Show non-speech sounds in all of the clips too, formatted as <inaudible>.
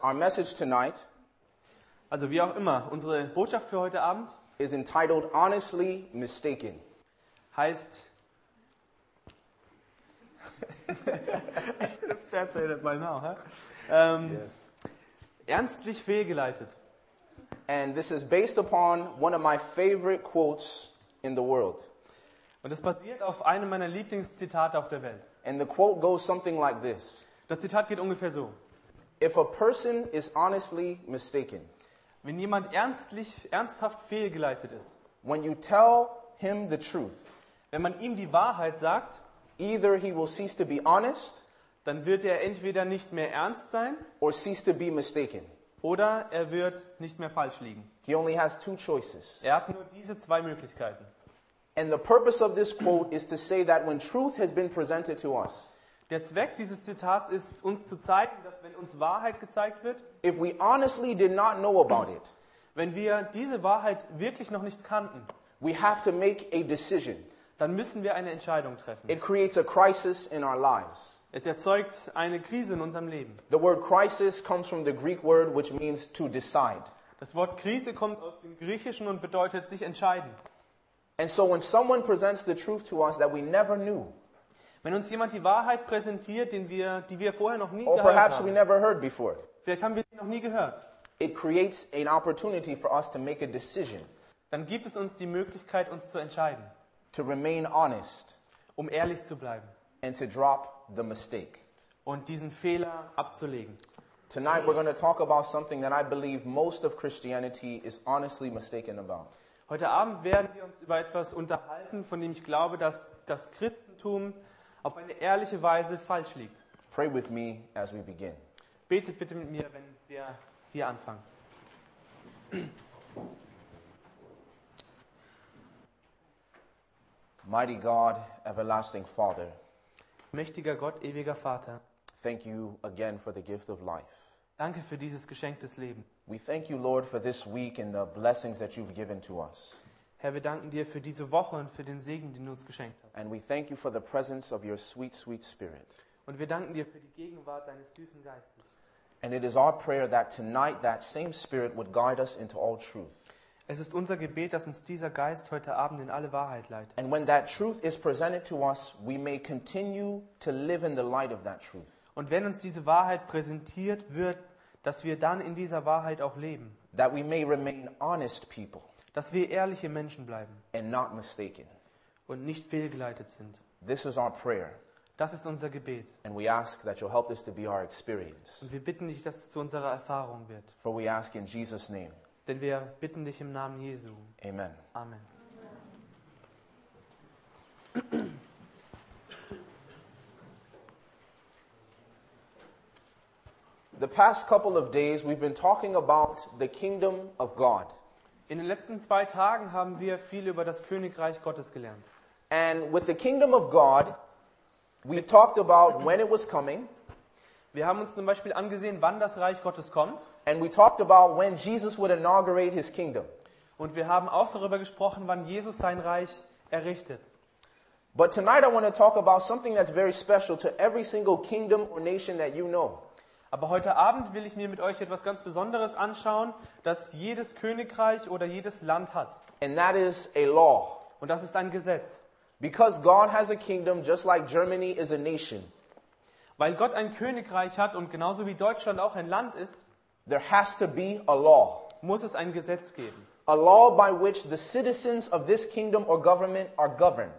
Our message tonight Also wie auch immer, unsere Botschaft für heute Abend is entitled Honestly Mistaken. heißt... <laughs> That's it by now, huh? ähm, Ernstlich fehlgeleitet. And this is based upon one of my favorite quotes in the world. Und das basiert auf einem meiner Lieblingszitate auf der Welt. And the quote goes something like this Das Zitat geht ungefähr so. If a person is honestly mistaken, Wenn jemand ernstlich, ernsthaft fehlgeleitet ist, when you tell him the truth, wenn man ihm die Wahrheit sagt, either he will cease to be honest dann wird er entweder nicht mehr ernst sein or cease to be mistaken. oder er wird nicht mehr falsch liegen. He only has two choices. Er hat nur diese zwei Möglichkeiten. And the purpose of this quote is to say that when truth has been presented to us, Der Zweck dieses Zitats ist, uns zu zeigen, dass wenn uns Wahrheit gezeigt wird, if we honestly did not know about it, wenn wir diese Wahrheit wirklich noch nicht kannten, we have to make a decision. dann müssen wir eine Entscheidung treffen. It creates a crisis in our lives. Es erzeugt eine Krise in unserem Leben. The word crisis comes from the Greek word which means to decide. Das Wort Krise kommt aus dem Griechischen und bedeutet sich entscheiden. And so when someone presents the truth to us that we never knew, Wenn uns jemand die Wahrheit präsentiert, den wir, die wir vorher noch nie or gehört Oh, perhaps we haben, never heard before, vielleicht haben wir sie noch nie gehört, it creates an opportunity for us to make a decision dann gibt es uns die Möglichkeit, uns zu entscheiden, to remain honest um ehrlich zu bleiben and to drop the mistake. und diesen Fehler abzulegen. Tonight we're going to talk about something that I believe most of Christianity is honestly mistaken about. Heute Abend werden wir uns über etwas unterhalten, von dem ich glaube, dass das Christentum auf eine ehrliche Weise falsch liegt. Pray with me as we begin. Betet bitte mit mir, wenn wir hier anfangen. Mighty God, everlasting Father, Mächtiger Gott, ewiger Vater, thank you again for the gift of life. danke für dieses Geschenk des Lebens. We thank you, Lord, for this week and the blessings that you've given to us. Herr, wir danken dir für diese Woche und für den Segen, den du uns geschenkt hast. And we thank you for the presence of your sweet, sweet Spirit. Und wir danken dir für die Gegenwart deines süßen Geistes. And it is our prayer that tonight that same Spirit would guide us into all truth. Es ist unser Gebet, dass uns dieser Geist heute Abend in alle Wahrheit leitet. And when that truth is presented to us, we may continue to live in the light of that truth. Und wenn uns diese Wahrheit präsentiert wird, dass wir dann in dieser Wahrheit auch leben, That we may remain honest people dass wir ehrliche Menschen bleiben and not mistaken. und nicht fehlgeleitet sind. This is our prayer. Das ist unser Gebet. And we ask that you'll help this to be our experience. Und wir bitten dich, dass es zu unserer Erfahrung wird. For we ask in Jesus' name. Denn wir bitten dich im Namen Jesu. Amen. Amen. The past couple of days, we've been talking about the kingdom of God. In den letzten zwei Tagen haben wir viel über das Königreich Gottes gelernt. And with the kingdom of God, we've talked about when it was coming, Wir haben uns zum Beispiel angesehen, wann das Reich Gottes kommt. and we talked about when Jesus would inaugurate his kingdom. Und wir haben auch darüber gesprochen, wann Jesus sein Reich errichtet. But tonight, I want to talk about something that's very special to every single kingdom or nation that you know. Aber heute Abend will ich mir mit euch etwas ganz Besonderes anschauen, das jedes Königreich oder jedes Land hat. And that is a law. Und das ist ein Gesetz. Because God has a kingdom, just like Germany is a nation, Weil Gott ein Königreich hat und genauso wie Deutschland auch ein Land ist, there has to be a law. muss es ein Gesetz geben. A law by which the citizens of this kingdom or government are governed.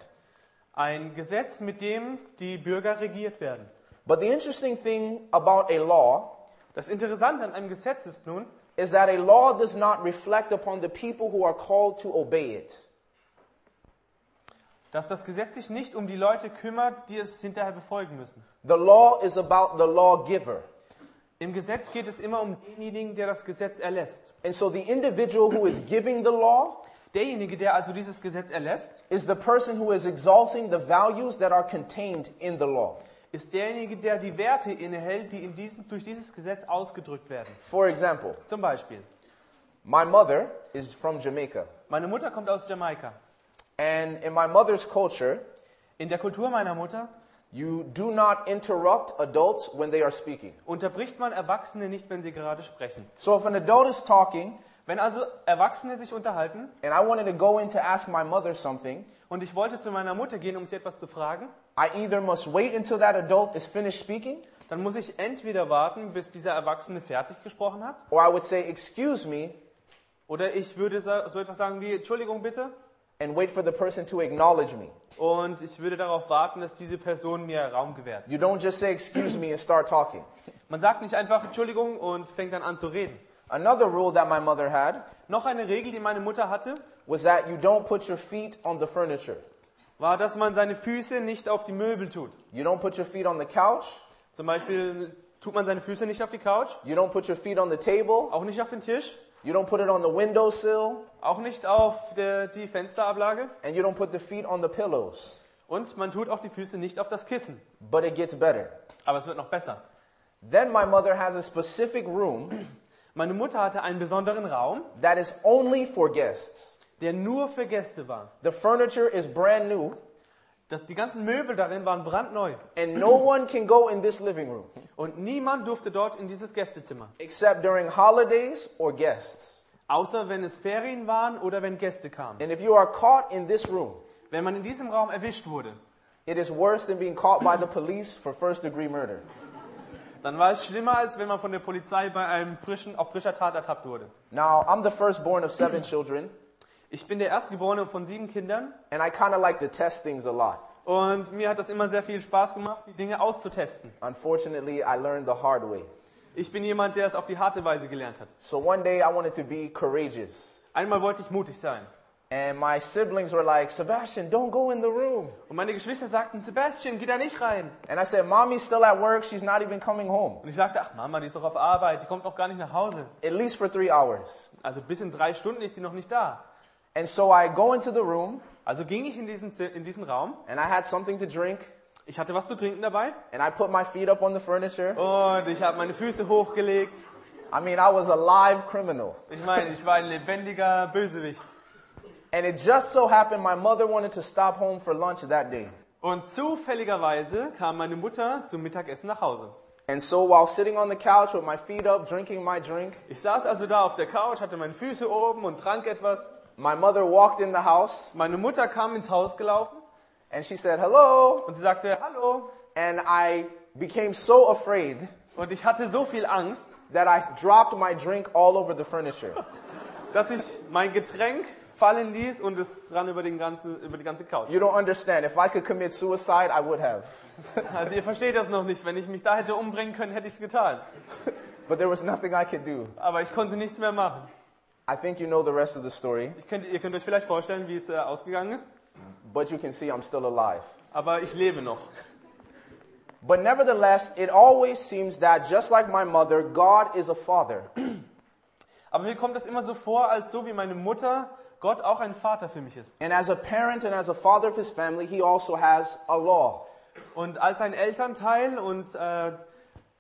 Ein Gesetz, mit dem die Bürger regiert werden. But the interesting thing about a law Das Interessante an einem Gesetz ist nun, is that a law does not reflect upon the people who are called to obey it. dass das Gesetz sich nicht um die Leute kümmert, die es hinterher befolgen müssen. The law is about the lawgiver. Im Gesetz geht es immer um denjenigen, der das Gesetz erlässt. And so the individual who is giving the law Derjenige, der also dieses Gesetz erlässt, is the person who is exalting the values that are contained in the law. ist derjenige, der die Werte innehält, die in diesem, durch dieses Gesetz ausgedrückt werden. For example, Zum Beispiel, my mother is from Jamaica. meine Mutter kommt aus Jamaika. And in my mother's culture, In der Kultur meiner Mutter You do not interrupt adults when they are speaking. Unterbricht man Erwachsene nicht, wenn sie gerade sprechen. So if an adult is talking Wenn also Erwachsene sich unterhalten and I wanted to go in to ask my mother something, und ich wollte zu meiner Mutter gehen, um sie etwas zu fragen, I either must wait until that adult is finished speaking dann muss ich entweder warten, bis dieser Erwachsene fertig gesprochen hat, or I would say, excuse me, oder ich würde sa- so etwas sagen wie Entschuldigung bitte and wait for the person to acknowledge me. und ich würde darauf warten, dass diese Person mir Raum gewährt. You don't just say, excuse me, and start talking. Man sagt nicht einfach Entschuldigung und fängt dann an zu reden. Another rule that my mother had Noch eine Regel, die meine Mutter hatte, was that you don't put your feet on the furniture. war, dass man seine Füße nicht auf die Möbel tut. You don't put your feet on the couch. Zum Beispiel tut man seine Füße nicht auf die Couch, You don't put your feet on the table. auch nicht auf den Tisch, You don't put it on the windowsill. auch nicht auf der, die Fensterablage And you don't put the feet on the pillows. und man tut auch die Füße nicht auf das Kissen. But it gets better. Aber es wird noch besser. Then my mother has a specific room Meine Mutter hatte einen besonderen Raum, that is only for guests. der nur für Gäste war. The furniture is brand new, Das, die ganzen Möbel darin waren brandneu and no one can go in this living room und niemand durfte dort in dieses Gästezimmer, except during holidays or guests. außer wenn es Ferien waren oder wenn Gäste kamen. And if you are caught in this room, Wenn man in diesem Raum erwischt wurde, it is worse than being caught by the police for first degree murder. dann war es schlimmer, als wenn man von der Polizei bei einem frischen, auf frischer Tat ertappt wurde. Now, I'm the firstborn of seven children, Ich bin der Erstgeborene von sieben Kindern and I kind of like to test things a lot. und mir hat das immer sehr viel Spaß gemacht, die Dinge auszutesten. Unfortunately, I learned the hard way. Ich bin jemand, der es auf die harte Weise gelernt hat. So one day I wanted to be courageous. Einmal wollte ich mutig sein. And my siblings were like, Sebastian, don't go in the room. Und meine Geschwister sagten, Sebastian, geh da nicht rein. And I said, Mommy's still at work. She's not even coming home. Und ich sagte, ach Mama, die ist doch auf Arbeit, die kommt noch gar nicht nach Hause. At least for three hours. Also bis in drei Stunden ist sie noch nicht da. And so I go into the room Also ging ich in diesen, Zi- in diesen Raum, and I had something to drink ich hatte was zu trinken dabei and I put my feet up on the furniture. und ich habe meine Füße hochgelegt. I mean, I was a live criminal. Ich meine, ich war ein lebendiger Bösewicht. And it just so happened my mother wanted to stop home for lunch that day. Und zufälligerweise kam meine Mutter zum Mittagessen nach Hause. And so while sitting on the couch with my feet up, drinking my drink, Ich saß also da auf der Couch, hatte meine Füße oben und trank etwas. my mother walked in the house Meine Mutter kam ins Haus gelaufen and she said, hello. und sie sagte Hallo. And I became so afraid Und ich hatte so viel Angst, that I dropped my drink all over the furniture. dass ich mein Getränk fallen ließ und es ran über, den ganzen, über die ganze Couch. You don't understand. If I could commit suicide, I would have. Also ihr versteht das noch nicht. Wenn ich mich da hätte umbringen können, hätte ich es getan. But there was nothing I could do. Aber ich konnte nichts mehr machen. I think you know the rest of the story, Ich könnt, ihr könnt euch vielleicht vorstellen, wie es äh, ausgegangen ist. but you can see I'm still alive. Aber ich lebe noch. But nevertheless, it always seems that just like my mother, God is a father. Aber mir kommt das immer so vor, als so wie meine Mutter Gott auch ein Vater für mich ist. And as a parent and as a father of his family, he also has a law. Und als ein Elternteil und äh,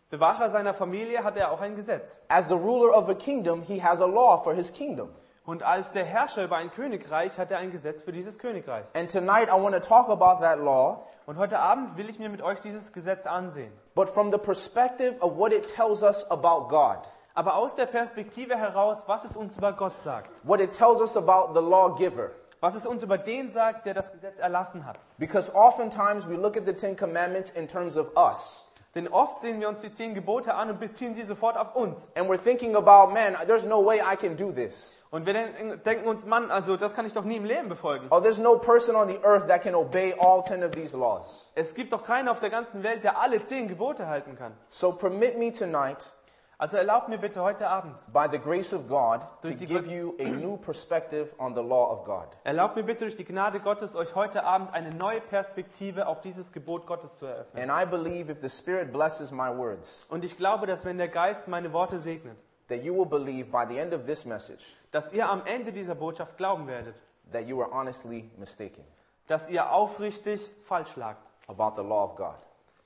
Bewacher seiner Familie hat er auch ein Gesetz. As the ruler of a kingdom, he has a law for his kingdom. Und als der Herrscher über ein Königreich hat er ein Gesetz für dieses Königreich. And tonight I want to talk about that law, Und heute Abend will ich mir mit euch dieses Gesetz ansehen. but from the perspective of what it tells us about God, Aber aus der Perspektive heraus, was es uns über Gott sagt. what it tells us about the lawgiver. Was es uns über den sagt, der das Gesetz erlassen hat. Because oftentimes we look at the Ten Commandments in terms of us. Denn oft sehen wir uns die zehn Gebote an und beziehen sie sofort auf uns. And we're thinking about, man, there's no way I can do this. Und wir den- denken uns, Mann, also das kann ich doch nie im Leben befolgen. Or there's no person on the earth that can obey all ten of these laws. Es gibt doch keinen auf der ganzen Welt, der alle zehn Gebote halten kann. So permit me tonight, Also erlaubt mir bitte heute Abend, by the grace of God, to Durch die give Gnade- you a new perspective on the law of God. erlaubt mir bitte durch die Gnade Gottes, euch heute Abend eine neue Perspektive auf dieses Gebot Gottes zu And eröffnen. I believe if the Spirit blesses my words, Und ich glaube, dass wenn der Geist meine Worte segnet, that you will believe by the end of this message dass ihr am Ende dieser Botschaft glauben werdet, that you were honestly mistaken dass ihr aufrichtig falsch lagt about the law of God.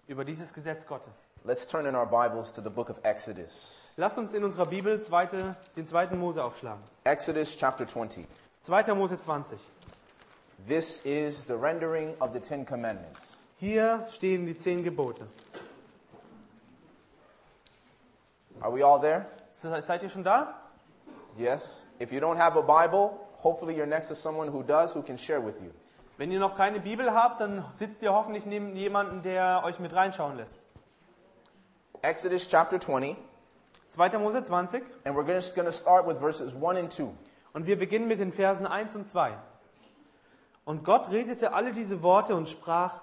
über dieses Gesetz Gottes. Let's turn in our Bibles to the book of Exodus. Lasst uns in unserer Bibel zweite, den zweiten Mose aufschlagen. Exodus chapter 20. 2. Mose 20. This is the rendering of the Ten Commandments. Hier stehen die zehn Gebote. Are we all there? Se- Seid ihr schon da? Yes. If you don't have a Bible, hopefully you're next to someone who does, who can share with you. Wenn ihr noch keine Bibel habt, dann sitzt ihr hoffentlich neben jemanden, der euch mit reinschauen lässt. Exodus chapter 20, 2. Mose 20 and we're just going to start with verses 1 and 2. und wir beginnen mit den Versen 1 und 2. Und Gott redete alle diese Worte und sprach,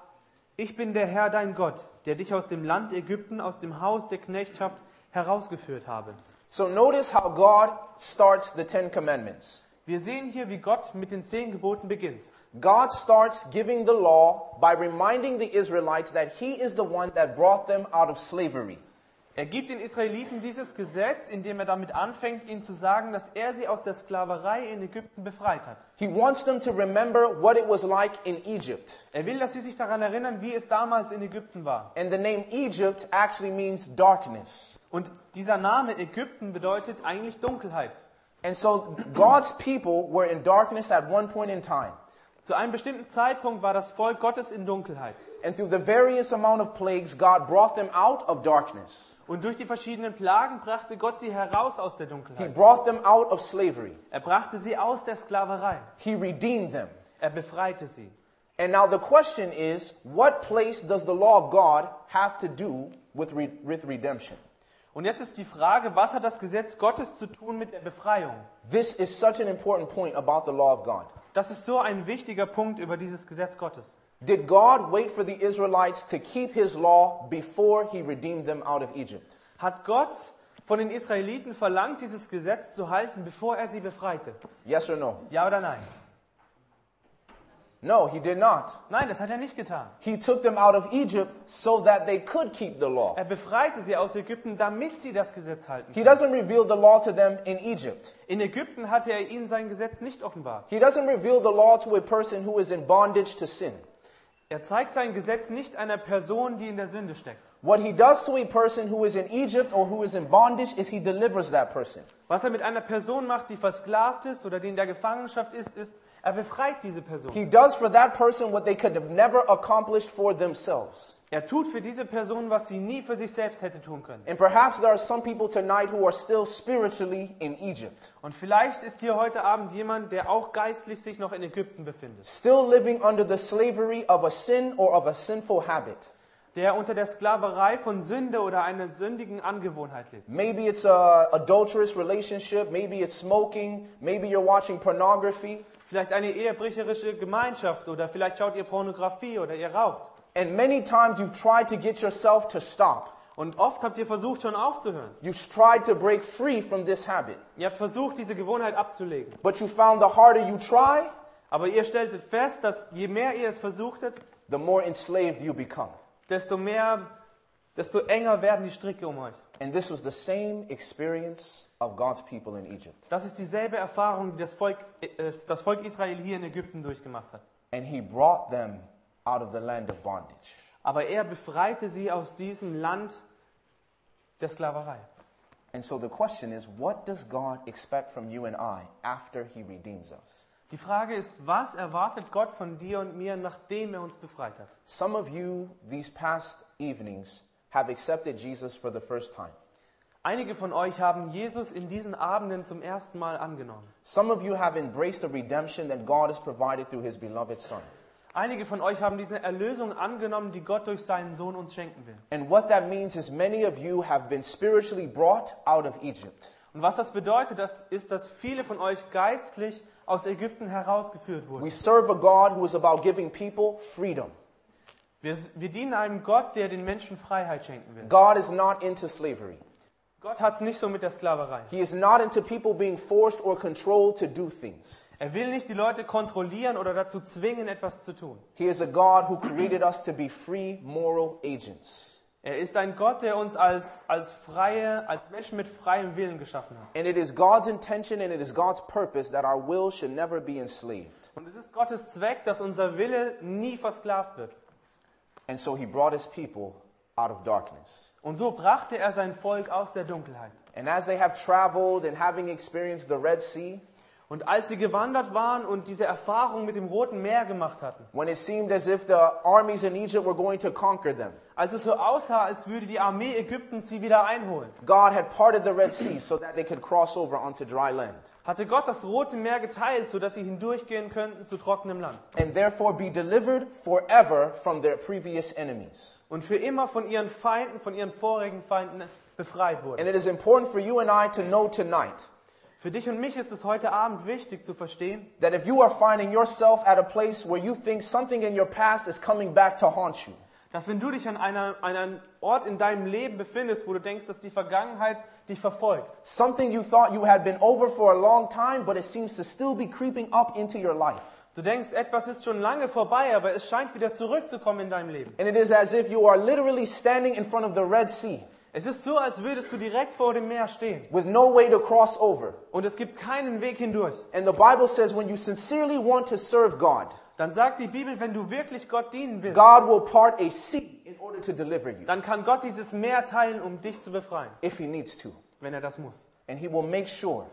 ich bin der Herr dein Gott, der dich aus dem Land Ägypten, aus dem Haus der Knechtschaft herausgeführt habe. So notice how God starts the Ten Commandments. Wir sehen hier, wie Gott mit den zehn Geboten beginnt. God starts giving the law by reminding the Israelites that He is the one that brought them out of slavery. Er gibt den Israeliten dieses Gesetz, indem er damit anfängt, ihnen zu sagen, dass er sie aus der Sklaverei in Ägypten befreit hat. He wants them to remember what it was like in Egypt. Er will, dass sie sich daran erinnern, wie es damals in Ägypten war. And the name Egypt actually means darkness. Und dieser Name Ägypten bedeutet eigentlich Dunkelheit. And so God's people were in darkness at one point in time. Zu einem bestimmten Zeitpunkt war das Volk Gottes in Dunkelheit. And through the various amount of plagues, God brought them out of darkness. Und durch die verschiedenen Plagen brachte Gott sie heraus aus der He Dunkelheit. brought them out of slavery. Er brachte sie aus der Sklaverei. He redeemed them. Er befreite sie. And now the question is, what place does the law of God have to do with, re- with redemption? Und jetzt ist die Frage, was hat das Gesetz Gottes zu tun mit der Befreiung? This is such an important point about the law of God. Das ist so ein wichtiger Punkt über dieses Gesetz Gottes. Did God wait for the Israelites to keep his law before he redeemed them out of Egypt? Hat Gott von den Israeliten verlangt, dieses Gesetz zu halten, bevor er sie befreite? Yes or no? Ja oder nein? No, he did not. Nein, das hat er nicht getan. He took them out of Egypt so that they could keep the law. Er befreite sie aus Ägypten, damit sie das Gesetz halten. He können. doesn't reveal the law to them in Egypt. In Ägypten hatte er ihnen sein Gesetz nicht offenbart. He doesn't reveal the law to a person who is in bondage to sin. Er zeigt sein Gesetz nicht einer Person, die in der Sünde steckt. What he does to a person who is in Egypt or who is in bondage is he delivers that person. Was er mit einer Person macht, die versklavt ist oder die in der Gefangenschaft ist, ist, er befreit diese Person. He does for that person what they could have never accomplished for themselves. Er tut für diese Person, was sie nie für sich selbst hätte tun können. And perhaps there are some people tonight who are still spiritually in Egypt, Und vielleicht ist hier heute Abend jemand, der auch geistlich sich noch in Ägypten befindet, still living under the slavery of a sin or of a sinful habit. der unter der Sklaverei von Sünde oder einer sündigen Angewohnheit lebt. Maybe it's a adulterous relationship, maybe it's smoking, maybe you're watching pornography, Vielleicht eine ehebrecherische Gemeinschaft oder vielleicht schaut ihr Pornografie oder ihr raucht. and many times you've tried to get yourself to stop. Und oft habt ihr versucht, schon aufzuhören. You've tried to break free from this habit, Ihr habt versucht, diese Gewohnheit abzulegen. but you found the harder you try, Aber ihr stelltet fest, dass je mehr ihr es versuchtet, the more enslaved you become. desto mehr, desto enger werden die Stricke um euch. And this was the same experience of God's people in Egypt. Das ist dieselbe Erfahrung, die das Volk, äh, das Volk Israel hier in Ägypten durchgemacht hat. And he brought them out of the land of bondage. Aber er befreite sie aus diesem Land der Sklaverei. And so the question is, what does God expect from you and I after he redeems us? Die Frage ist, was erwartet Gott von dir und mir, nachdem er uns befreit hat? Some of you these past evenings have accepted Jesus for the first time. Einige von euch haben Jesus in diesen Abenden zum ersten Mal angenommen. Some of you have embraced the redemption that God has provided through his beloved son. Einige von euch haben diese Erlösung angenommen, die Gott durch seinen Sohn uns schenken will. And what that means is many of you have been spiritually brought out of Egypt. Und was das bedeutet, das ist, dass viele von euch geistlich aus Ägypten herausgeführt wurden. We serve a God who is about giving people freedom. Wir, wir dienen einem Gott, der den Menschen Freiheit schenken will. God is not into slavery. Gott hat es nicht so mit der Sklaverei. He is not into people being forced or controlled to do things. Er will nicht die Leute kontrollieren oder dazu zwingen, etwas zu tun. He is a God who created us to be free moral agents. Er ist ein Gott, der uns als, als freie, als Menschen mit freiem Willen geschaffen hat. And it is God's intention and it is God's purpose that our will should never be enslaved. Und es ist Gottes Zweck, dass unser Wille nie versklavt wird. And so he brought his people out of darkness. Und so brachte er sein Volk aus der Dunkelheit. And as they have traveled and having experienced the Red Sea, Und als sie gewandert waren und diese Erfahrung mit dem Roten Meer gemacht hatten, when it seemed as if the armies in Egypt were going to conquer them, als es so aussah, als würde die Armee Ägyptens sie wieder einholen, God had parted the Red Sea so that they could cross over onto dry land hatte Gott das Rote Meer geteilt, sodass sie hindurchgehen könnten zu trockenem Land and therefore be delivered forever from their previous enemies. und für immer von ihren Feinden, von ihren vorigen Feinden befreit wurden. And it is important for you and I to know tonight Für dich und mich ist es heute Abend wichtig zu verstehen, that if you are finding yourself at a place where you think something in your past is coming back to haunt you, dass wenn du dich an, einer, an einem Ort in deinem Leben befindest, wo du denkst, dass die Vergangenheit dich verfolgt, something you thought you had been over for a long time, but it seems to still be creeping up into your life. du denkst, etwas ist schon lange vorbei, aber es scheint wieder zurückzukommen in deinem Leben. And it is as if you are literally standing in front of the Red Sea Es ist so, als würdest du direkt vor dem Meer stehen with no way to cross over. und es gibt keinen Weg hindurch. And the Bible says when you sincerely want to serve God, Dann sagt die Bibel, wenn du wirklich Gott dienen willst, God will part a sea in order to deliver you dann kann Gott dieses Meer teilen, um dich zu befreien, if He needs to. wenn er das muss. And He will make sure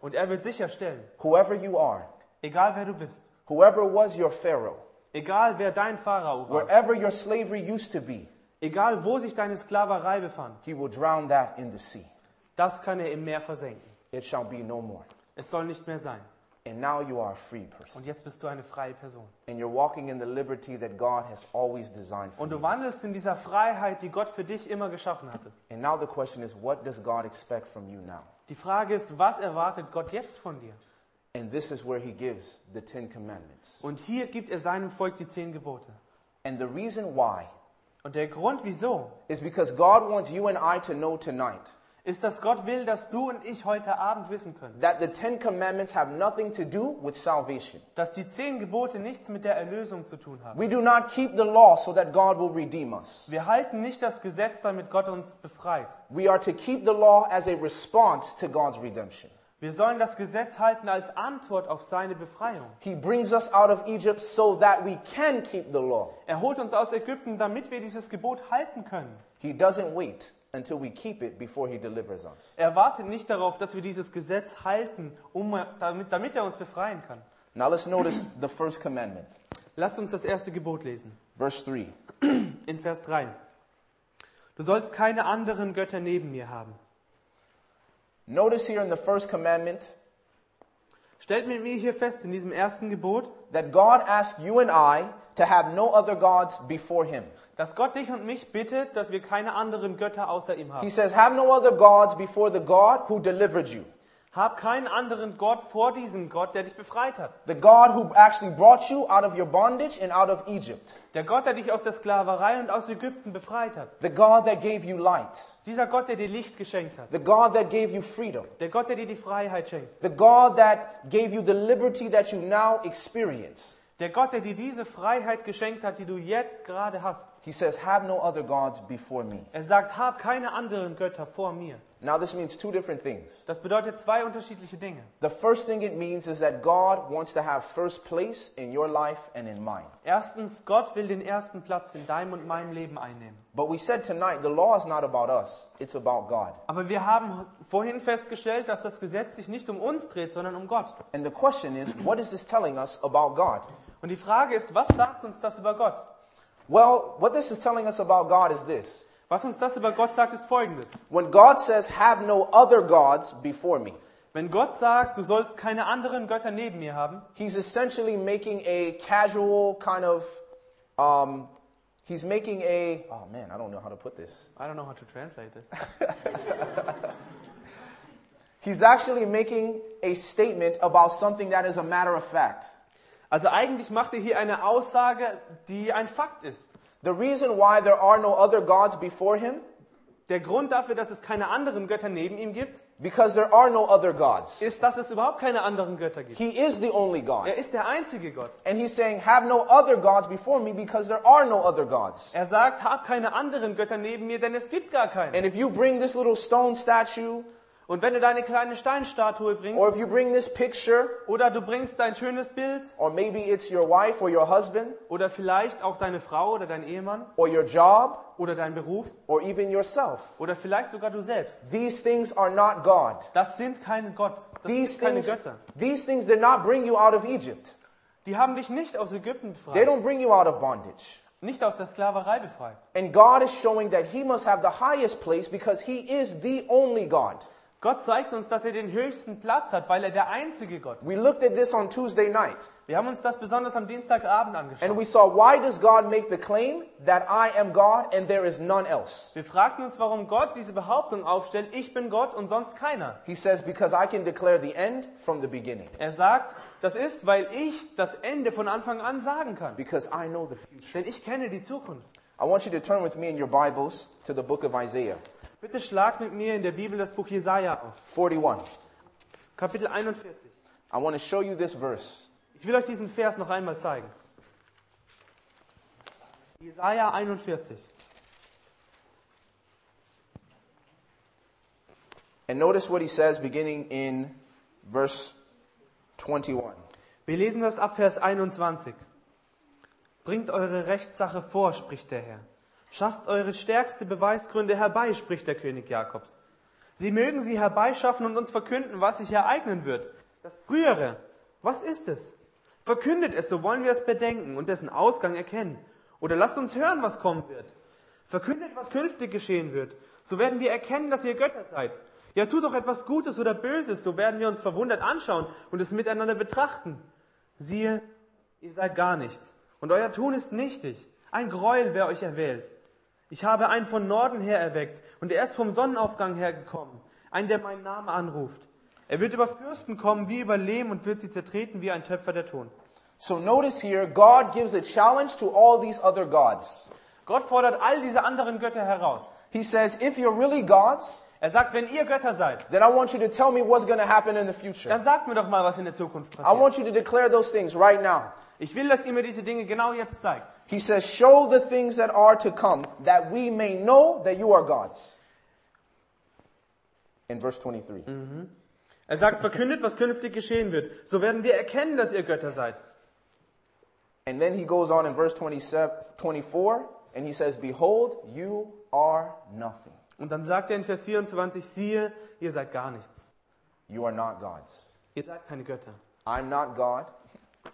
Und er wird sicherstellen, whoever you are, egal wer du bist, whoever was your Pharaoh, egal wer dein Pharao war, wherever your slavery used to be, egal wo sich deine Sklaverei befand, He will drown that in the sea. das kann er im Meer versenken. It shall be no more. Es soll nicht mehr sein. And now you are a free person. Und jetzt bist du eine freie Person. And you're walking in the liberty that God has always designed for Und you. du wandelst in dieser Freiheit, die Gott für dich immer geschaffen hatte. And now the question is, what does God expect from you now? Die Frage ist, was erwartet Gott jetzt von dir? And this is where He gives the Ten Commandments. Und hier gibt er seinem Volk die zehn Gebote. And the reason why Und der Grund, wieso, is because God wants you and I to know tonight ist, dass Gott will, dass du und ich heute Abend wissen können, that the Ten Commandments have nothing to do with salvation. dass die zehn Gebote nichts mit der Erlösung zu tun haben. We do not keep the law so that God will redeem us. Wir halten nicht das Gesetz, damit Gott uns befreit. We are to keep the law as a response to God's redemption. Wir sollen das Gesetz halten als Antwort auf seine Befreiung. He brings us out of Egypt so that we can keep the law. Er holt uns aus Ägypten, damit wir dieses Gebot halten können. He doesn't wait until we keep it before he delivers us. Er wartet nicht darauf, dass wir dieses Gesetz halten, um, damit, damit er uns befreien kann. Now let's notice the first commandment, Lasst uns das erste Gebot lesen, verse 3. in Vers 3. Du sollst keine anderen Götter neben mir haben. Notice here in the first commandment Stellt mit mir hier fest, in diesem ersten Gebot, that God asks you and I to have no other gods before him. dass Gott dich und mich bittet, dass wir keine anderen Götter außer ihm He haben. says, Have no other gods before the God who delivered you, Hab keinen anderen Gott vor diesem Gott, der dich befreit hat. the God who actually brought you out of your bondage and out of Egypt, Der Gott, der dich aus der Sklaverei und aus Ägypten befreit hat. the God that gave you light, Dieser Gott, der dir Licht geschenkt hat. the God that gave you freedom, Der Gott, der dir die Freiheit schenkt. the God that gave you the liberty that you now experience. Der Gott, der dir diese Freiheit geschenkt hat, die du jetzt gerade hast. He says, Have no other gods before me. Er sagt, hab keine anderen Götter vor mir. Now, this means two different things. Das bedeutet zwei unterschiedliche Dinge. The first thing it means is that God wants to have first place in your life and in mine. Erstens, Gott will den ersten Platz in deinem und meinem Leben einnehmen. But we said tonight the law is not about us, it's about God. Aber wir haben vorhin festgestellt, dass das Gesetz sich nicht um uns dreht, sondern um Gott. And the question is, what is this telling us about God? Und die Frage ist, was sagt uns das über Gott? Well, what this is telling us about God is this. Was uns das über Gott sagt, ist folgendes. When God says, have no other gods before me, Wenn Gott sagt, du sollst keine anderen Götter neben mir haben, he's essentially making a casual kind of, um, he's making a, oh man, I don't know how to put this. I don't know how to translate this. He's actually making a statement about something that is a matter of fact. Also eigentlich macht er hier eine Aussage, die ein Fakt ist. The reason why there are no other gods before him, Der Grund dafür, dass es keine anderen Götter neben ihm gibt, because there are no other gods. ist, dass es überhaupt keine anderen Götter gibt. He is the only God. Er ist der einzige Gott. And he's saying, have no other gods before me because there are no other gods. Er sagt, hab keine anderen Götter neben mir, denn es gibt gar keine. And if you bring this little stone statue Und wenn du deine kleine Steinstatue bringst, Or if you bring this picture, oder du bringst dein schönes Bild, or maybe it's your wife or your husband, oder vielleicht auch deine Frau oder dein Ehemann, or your job, oder dein Beruf, or even yourself, oder vielleicht sogar du selbst, these things are not God. das sind keine Gott, das These sind keine things, Götter. these things did not bring you out of Egypt. Die haben dich nicht aus Ägypten They befreit, don't bring you out of bondage. nicht aus der Sklaverei befreit. And God is showing that He must have the highest place because He is the only God. Gott zeigt uns, dass er den höchsten Platz hat, weil er der einzige Gott ist. We looked at this on Tuesday night Wir haben uns das besonders am Dienstagabend angeschaut. and we saw why does God make the claim that I am God and there is none else? Wir fragten uns, warum Gott diese Behauptung aufstellt, ich bin Gott und sonst keiner. He says, because I can declare the end from the beginning, Er sagt, das ist, weil ich das Ende von Anfang an sagen kann. because I know the future. Denn ich kenne die Zukunft. I want you to turn with me in your Bibles to the book of Isaiah Bitte schlag mit mir in der Bibel das Buch Jesaja auf. 41. Kapitel 41. I want to show you this verse. Ich will euch diesen Vers noch einmal zeigen. Jesaja 41. And notice what he says beginning in verse 21. Wir lesen das ab Vers 21. Bringt eure Rechtssache vor, spricht der Herr. Schafft eure stärkste Beweisgründe herbei, spricht der König Jakobs. Sie mögen sie herbeischaffen und uns verkünden, was sich ereignen wird. Das Frühere, was ist es? Verkündet es, so wollen wir es bedenken und dessen Ausgang erkennen. Oder lasst uns hören, was kommen wird. Verkündet, was künftig geschehen wird. So werden wir erkennen, dass ihr Götter seid. Ja, tut doch etwas Gutes oder Böses, so werden wir uns verwundert anschauen und es miteinander betrachten. Siehe, ihr seid gar nichts und euer Tun ist nichtig. Ein Gräuel, wer euch erwählt. Ich habe einen von Norden her erweckt und er ist vom Sonnenaufgang hergekommen, einen, der meinen Namen anruft. Er wird über Fürsten kommen wie über Lehm und wird sie zertreten wie ein Töpfer der Ton. So notice here, God gives a challenge to all these other gods. Gott fordert all diese anderen Götter heraus. He says, if you're really gods, Er sagt, wenn ihr Götter seid, then I want you to tell me what's going to happen in the dann future. sagt mir doch mal, was in der Zukunft I passiert. want you to declare those things right now. Ich will, dass ihr mir diese Dinge genau jetzt zeigt. He says, show the things that are to come that we may know that you are gods. In verse 23. Er sagt, verkündet, was künftig geschehen wird. So werden wir erkennen, dass ihr Götter seid. And then he goes on in verse 27, 24, and he says, behold, you are nothing. Und dann sagt er in Vers 24, siehe, ihr seid gar nichts. You are not gods. Ihr seid keine Götter. I'm not God.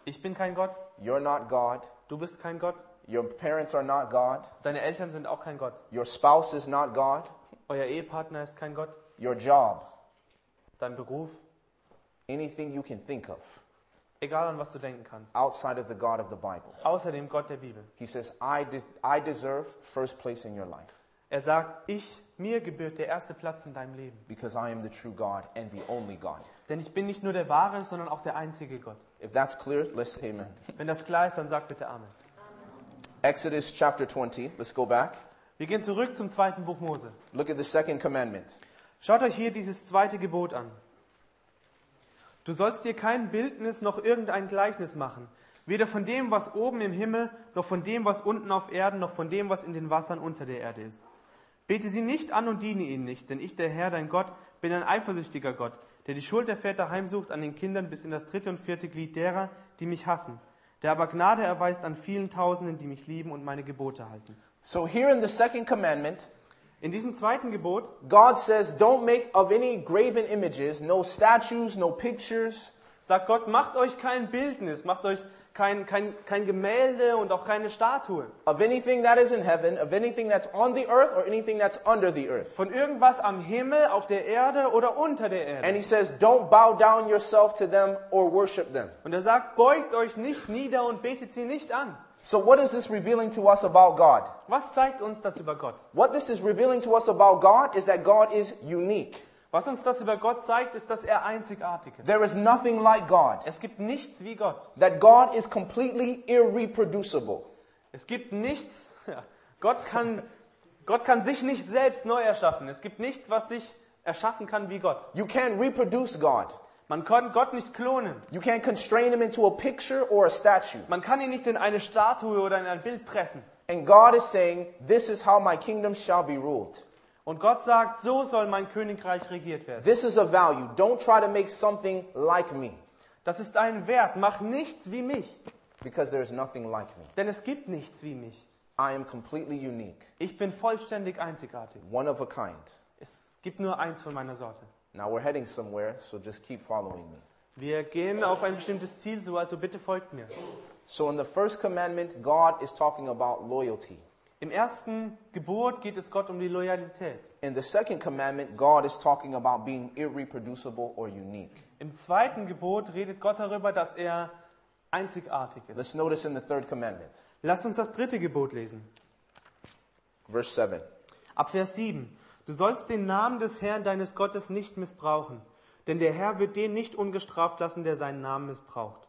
Ich bin kein Gott, You're not God. du bist kein Gott, Your parents are not God. deine Eltern sind auch kein Gott, Your spouse is not God. euer Ehepartner ist kein Gott, Your job. dein Beruf, Anything you can think of egal an was du denken kannst, outside of the God of the Bible. außer dem Gott der Bibel. He says, I, de- I deserve first place in your life Er sagt, ich, mir gebührt der erste Platz in deinem Leben. because I am the true God and the only God. Denn ich bin nicht nur der wahre, sondern auch der einzige Gott. If that's clear, let's say amen. Wenn das klar ist, dann sag bitte Amen. Exodus chapter 20. Let's go back. Wir gehen zurück zum zweiten Buch Mose. Look at the second commandment. Schaut euch hier dieses zweite Gebot an. Du sollst dir kein Bildnis noch irgendein Gleichnis machen, weder von dem, was oben im Himmel, noch von dem, was unten auf Erden, noch von dem, was in den Wassern unter der Erde ist. Bete sie nicht an und diene ihnen nicht, denn ich, der Herr, dein Gott, bin ein eifersüchtiger Gott, der die Schuld der Väter heimsucht an den Kindern bis in das dritte und vierte Glied derer, die mich hassen, der aber Gnade erweist an vielen Tausenden, die mich lieben und meine Gebote halten. So here in the second commandment, In diesem zweiten Gebot God says, don't make of any graven images, no statues, no pictures, Sagt Gott, macht euch kein Bildnis, macht euch kein, kein, kein Gemälde und auch keine Statue. of anything that is in heaven, of anything that's on the earth, or anything that's under the earth. Von irgendwas am Himmel, auf der Erde oder unter der Erde. And he says, don't bow down yourself to them or worship them. Und er sagt, beugt euch nicht nieder und betet sie nicht an. So what is this revealing to us about God? Was zeigt uns das über Gott? What this is revealing to us about God is that God is unique. Was uns das über Gott zeigt, ist, dass er einzigartig ist. There is nothing like God. Es gibt nichts wie Gott. That God is completely irreproducible. Es gibt nichts. Ja, Gott, kann, Gott kann sich nicht selbst neu erschaffen. Es gibt nichts, was sich erschaffen kann wie Gott. You can't reproduce God. Man kann Gott nicht klonen. You can't constrain him into a picture or a statue. Man kann ihn nicht in eine Statue oder in ein Bild pressen. And God is saying, this is how my kingdom shall be ruled. Und Gott sagt, so soll mein Königreich regiert werden. This is a value. Don't try to make something like me Das ist ein Wert. Mach nichts wie mich, because there's nothing like me. denn es gibt nichts wie mich. I am completely unique, Ich bin vollständig einzigartig. one of a kind. Es gibt nur eins von meiner Sorte. Now we're heading somewhere, so just keep following me. Wir gehen auf ein bestimmtes Ziel zu, also bitte folgt mir. So in the first commandment, God is talking about loyalty. Im ersten Gebot geht es Gott um die Loyalität. In the second commandment, God is talking about being irreproducible or unique. Im zweiten Gebot redet Gott darüber, dass er einzigartig ist. Let's notice in the third commandment, Lasst uns das dritte Gebot lesen. verse 7. Ab Vers 7. Du sollst den Namen des Herrn deines Gottes nicht missbrauchen, denn der Herr wird den nicht ungestraft lassen, der seinen Namen missbraucht.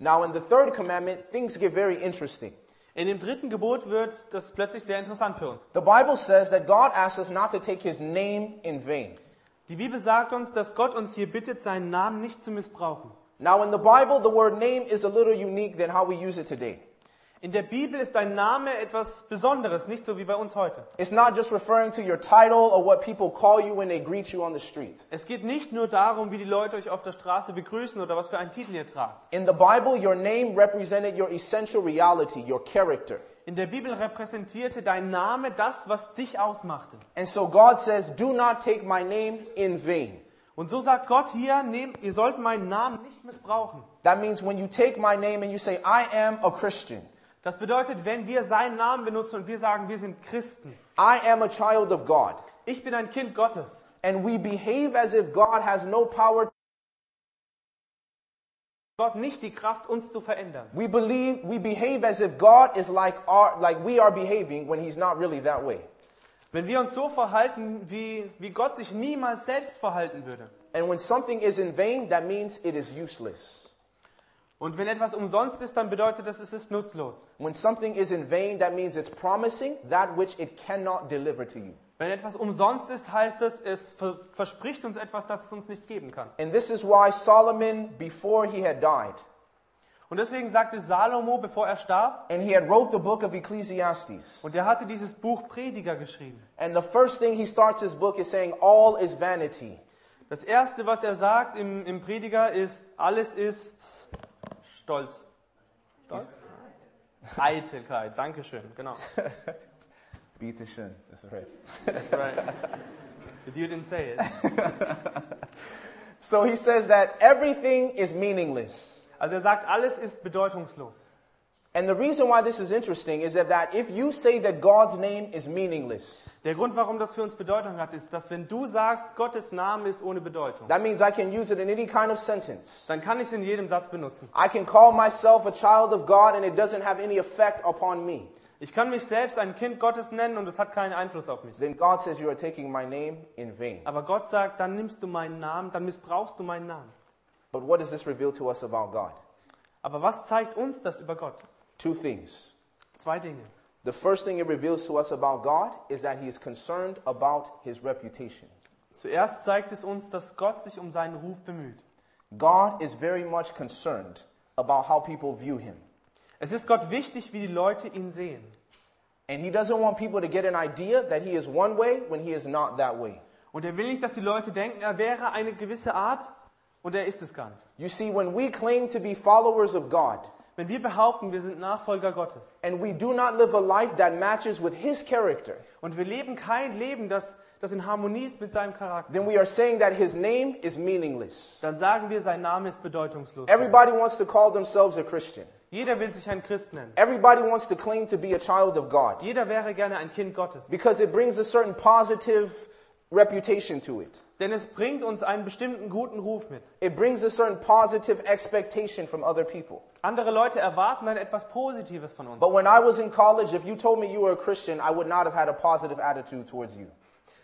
Now, in the third commandment, things get very interesting. In dem dritten Gebot wird das plötzlich sehr interessant für uns. The Bible says that God asks us not to take his name in vain. Die Bibel sagt uns, dass Gott uns hier bittet, seinen Namen nicht zu missbrauchen. Now, in the Bible, the word name is a little unique than how we use it today. In der Bibel ist ein Name etwas Besonderes, nicht so wie bei uns heute. It's not just referring to your title or what people call you when they greet you on the street. Es geht nicht nur darum, wie die Leute euch auf der Straße begrüßen oder was für einen Titel ihr tragt. In the Bible, your name represented your essential reality, your character. In der Bibel repräsentierte dein Name das, was dich ausmachte. And so God says, Do not take my name in vain. Und so sagt Gott hier, nehmt, ihr sollt meinen Namen nicht missbrauchen. That means when you take my name and you say, I am a Christian, Das bedeutet, wenn wir seinen Namen benutzen und wir sagen, wir sind Christen, I am a child of God, ich bin ein Kind Gottes, and we behave as if God has no power, Gott nicht die Kraft, uns zu verändern. we believe, we behave as if God is like, our, like we are behaving when He's not really that way. Wenn wir uns so verhalten, wie, wie Gott sich niemals selbst verhalten würde. And when something is in vain, that means it is useless. Und wenn etwas umsonst ist, dann bedeutet das, es ist nutzlos. When something is in vain, that means it's promising that which it cannot deliver to you. Wenn etwas umsonst ist, heißt es, es ver verspricht uns etwas, das es uns nicht geben kann. And this is why Solomon, before he had died, Und deswegen sagte Salomo, bevor er starb, and he had wrote the book of Ecclesiastes. und er hatte dieses Buch Prediger geschrieben. And the first thing he starts his book is saying, All is vanity. Das erste, was er sagt im, im Prediger, ist, alles ist Stolz. Stolz? Eitelkeit, Dankeschön, genau. Beat the shin. That's right. That's right. But you didn't say it. So he says that everything is meaningless. Also er sagt, alles ist bedeutungslos. And the reason why this is interesting is that, that if you say that God's name is meaningless, Der Grund, warum das für uns Bedeutung hat, ist, dass wenn du sagst, Gottes Name ist ohne Bedeutung, that means I can use it in any kind of sentence. dann kann ich es in jedem Satz benutzen. I can call myself a child of God and it doesn't have any effect upon me. Ich kann mich selbst ein Kind Gottes nennen und es hat keinen Einfluss auf mich. Then God says, You are taking my name in vain. Aber Gott sagt, dann nimmst du meinen Namen, dann missbrauchst du meinen Namen. But what does this reveal to us about God? Aber was zeigt uns das über Gott? Two things. Zwei Dinge. The first thing it reveals to us about God is that He is concerned about His reputation. Zuerst zeigt es uns, dass Gott sich um seinen Ruf bemüht. God is very much concerned about how people view Him. Es ist Gott wichtig, wie die Leute ihn sehen. And He doesn't want people to get an idea that He is one way when He is not that way. Und er will nicht, dass die Leute denken, er wäre eine gewisse Art und er ist es gar nicht. You see, when we claim to be followers of God Wenn wir behaupten, wir sind Nachfolger Gottes and we do not live a life that matches with His character, und wir leben kein Leben, das, das in Harmonie ist mit seinem Charakter, then we are saying that His name is meaningless. dann sagen wir, sein Name ist bedeutungslos. Everybody wants to call themselves a Christian. Jeder will sich ein Christ nennen. Everybody wants to claim to be a child of God Jeder wäre gerne ein Kind Gottes. because it brings a certain positive reputation to it. Denn es bringt uns einen bestimmten guten Ruf mit. It brings a certain positive expectation from other people. Andere Leute erwarten dann etwas Positives von uns. But when I was in college, if you told me you were a Christian, I would not have had a positive attitude towards you.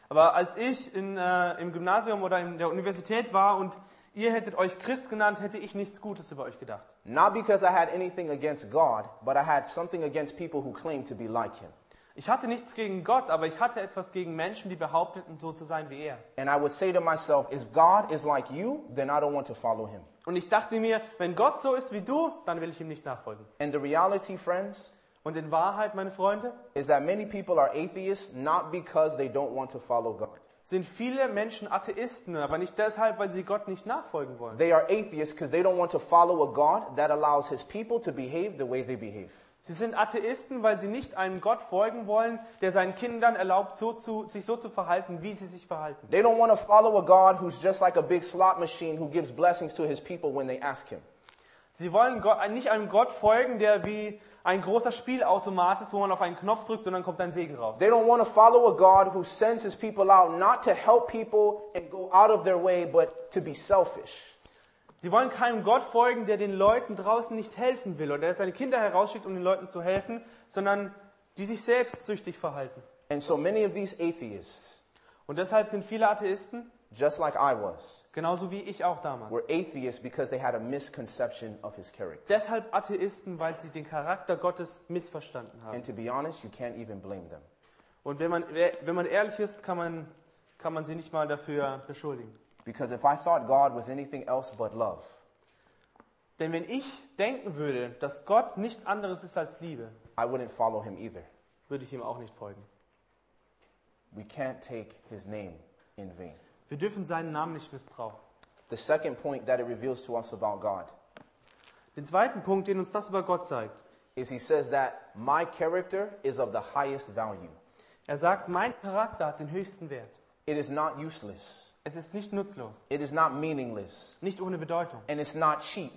Aber als ich in, äh, im Gymnasium oder in der Universität war und ihr hättet euch Christ genannt, hätte ich nichts Gutes über euch gedacht. Not because I had anything against God, but I had something against people who claimed to be like Him. Ich hatte nichts gegen Gott, aber ich hatte etwas gegen Menschen, die behaupteten, so zu sein wie er. And I would say to myself, if God is like you, then I don't want to follow Him. Und ich dachte mir, wenn Gott so ist wie du, dann will ich ihm nicht nachfolgen. And the reality, friends, Und in Wahrheit, meine Freunde, is that many people are atheists not because they don't want to follow God. sind viele Menschen Atheisten, aber nicht deshalb, weil sie Gott nicht nachfolgen wollen. They are atheists because they don't want to follow a God that allows his people to behave the way they behave. Sie sind Atheisten, weil sie nicht einem Gott folgen wollen, der seinen Kindern erlaubt, so zu, sich so zu verhalten, wie sie sich verhalten. They don't want to follow a God who's just like a big slot machine who gives blessings to his people when they ask him. Sie wollen Gott, äh, nicht einem Gott folgen, der wie ein großer Spielautomat ist, wo man auf einen Knopf drückt und dann kommt ein Segen raus. They don't want to follow a God who sends his people out not to help people and go out of their way, but to be selfish. Sie wollen keinem Gott folgen, der den Leuten draußen nicht helfen will oder der seine Kinder herausschickt, um den Leuten zu helfen, sondern die sich selbstsüchtig verhalten. And so many of these atheists, Und deshalb sind viele Atheisten, just like I was, genauso wie ich auch damals, were atheists because they had a misconception of his character. deshalb Atheisten, weil sie den Charakter Gottes missverstanden haben. And to be honest, you can't even blame them. Und wenn man, wenn man ehrlich ist, kann man, kann man sie nicht mal dafür beschuldigen. Because if I thought God was anything else but love, Denn wenn ich denken würde, dass Gott nichts anderes ist als Liebe, I wouldn't follow him either. würde ich ihm auch nicht folgen. We can't take his name in vain. Wir dürfen seinen Namen nicht missbrauchen. The second point that it reveals to us about God Den zweiten Punkt, den uns das über Gott zeigt. is he says that my character is of the highest value. Er sagt, mein Charakter hat den höchsten Wert. It is not useless. Es ist nicht nutzlos, It is not meaningless. nicht ohne Bedeutung And it's not cheap.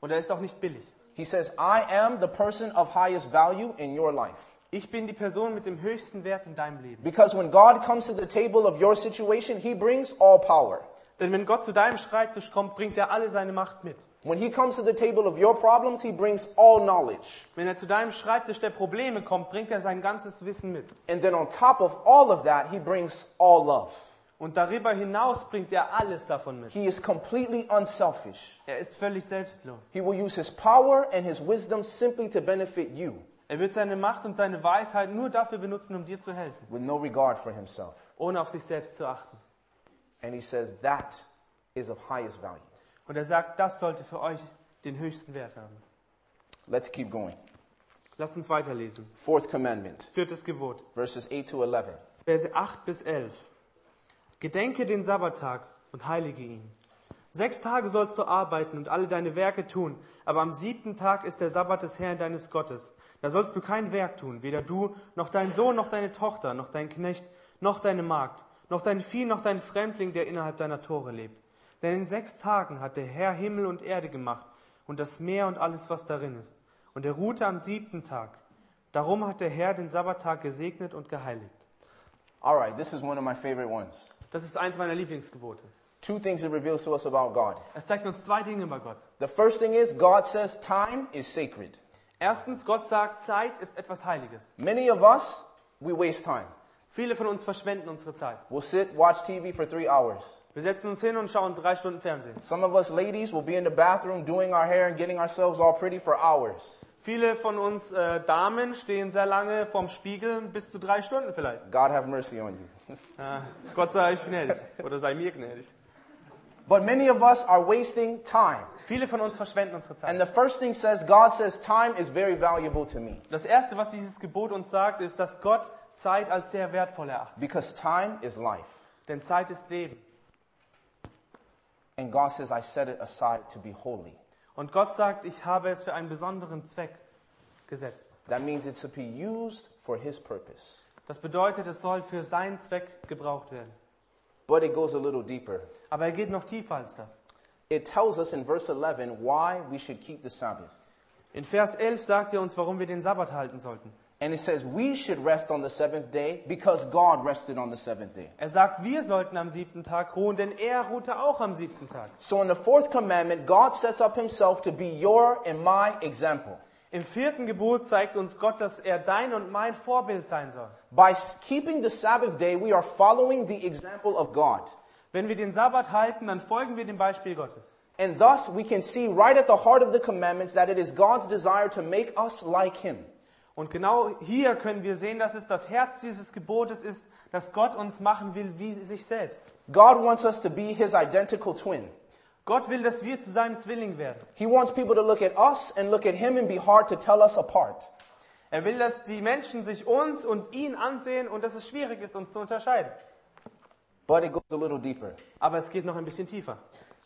und er ist auch nicht billig. He says, I am the person of highest value in your life. Ich bin die Person mit dem höchsten Wert in deinem Leben. Because when God comes to the table of your situation, he brings all power. Denn wenn Gott zu deinem Schreibtisch kommt, bringt er alle seine Macht mit. When he comes to the table of your problems, he brings all knowledge. Wenn er zu deinem Schreibtisch der Probleme kommt, bringt er sein ganzes Wissen mit. And then on top of all of that, he brings all love. Und darüber hinaus bringt er alles davon mit. He is completely unselfish. Er ist völlig selbstlos. He will use his power and his wisdom simply to benefit you Er wird seine Macht und seine Weisheit nur dafür benutzen, um dir zu helfen, with no regard for himself. ohne auf sich selbst zu achten. And he says, That is of highest value. Und er sagt, das sollte für euch den höchsten Wert haben. Let's keep going. Lasst uns weiterlesen. Fourth commandment, Viertes Gebot. verses 8 to 11. Verse 8 bis 11. Gedenke den Sabbattag und heilige ihn. Sechs Tage sollst du arbeiten und alle deine Werke tun, aber am siebten Tag ist der Sabbat des Herrn deines Gottes. Da sollst du kein Werk tun, weder du, noch dein Sohn, noch deine Tochter, noch dein Knecht, noch deine Magd, noch dein Vieh, noch dein Fremdling, der innerhalb deiner Tore lebt. Denn in sechs Tagen hat der Herr Himmel und Erde gemacht und das Meer und alles, was darin ist. Und er ruhte am siebten Tag. Darum hat der Herr den Sabbattag gesegnet und geheiligt. All right, this is one of my favorite ones. Das ist eins meiner Lieblingsgebote. Two things it reveals to us about God. Es zeigt uns zwei Dinge bei Gott. The first thing is, God says time is sacred. Erstens, Gott sagt, Zeit ist etwas Heiliges. Many of us, we waste time. Viele von uns verschwenden unsere Zeit. We'll sit, watch TV for three hours. Wir setzen uns hin und schauen drei Stunden Fernsehen. Some of us ladies will be in the bathroom doing our hair and getting ourselves all pretty for hours. Viele von uns äh, Damen stehen sehr lange vorm Spiegel, bis zu drei Stunden vielleicht. God have mercy on you. Äh, Gott sei euch gnädig oder sei mir gnädig. But many of us are wasting time. Viele von uns verschwenden unsere And Zeit. the first thing says, God says time is very valuable to me Das Erste, was dieses Gebot uns sagt, ist, dass Gott Zeit als sehr wertvoll erachtet. because time is life. Denn Zeit ist Leben. And God says, I set it aside to be holy. Und Gott sagt, ich habe es für einen besonderen Zweck gesetzt. That means it's to be used for His purpose. Das bedeutet, es soll für seinen Zweck gebraucht werden. But it goes a little deeper. Aber er geht noch tiefer als das. It tells us in verse 11 why we should keep the Sabbath. In Vers 11 sagt er uns, warum wir den Sabbat halten sollten. And it says, we should rest on the seventh day because God rested on the seventh day. Er sagt, wir sollten am siebten Tag ruhen, denn er ruhte auch am siebten Tag. So in the fourth commandment, God sets up Himself to be your and my example. Im vierten Gebot zeigt uns Gott, dass er dein und mein Vorbild sein soll. By s- keeping the Sabbath day, we are following the example of God. Wenn wir den Sabbat halten, dann folgen wir dem Beispiel Gottes. And thus, we can see right at the heart of the commandments that it is God's desire to make us like Him. Und genau hier können wir sehen, dass es das Herz dieses Gebotes ist, dass Gott uns machen will wie sich selbst. God wants us to be His identical twin. Gott will, dass wir zu seinem Zwilling werden. He wants people to look at us and look at Him and be hard to tell us apart. Er will, dass die Menschen sich uns und ihn ansehen und dass es schwierig ist, uns zu unterscheiden. But it goes a little deeper. Aber es geht noch ein bisschen tiefer.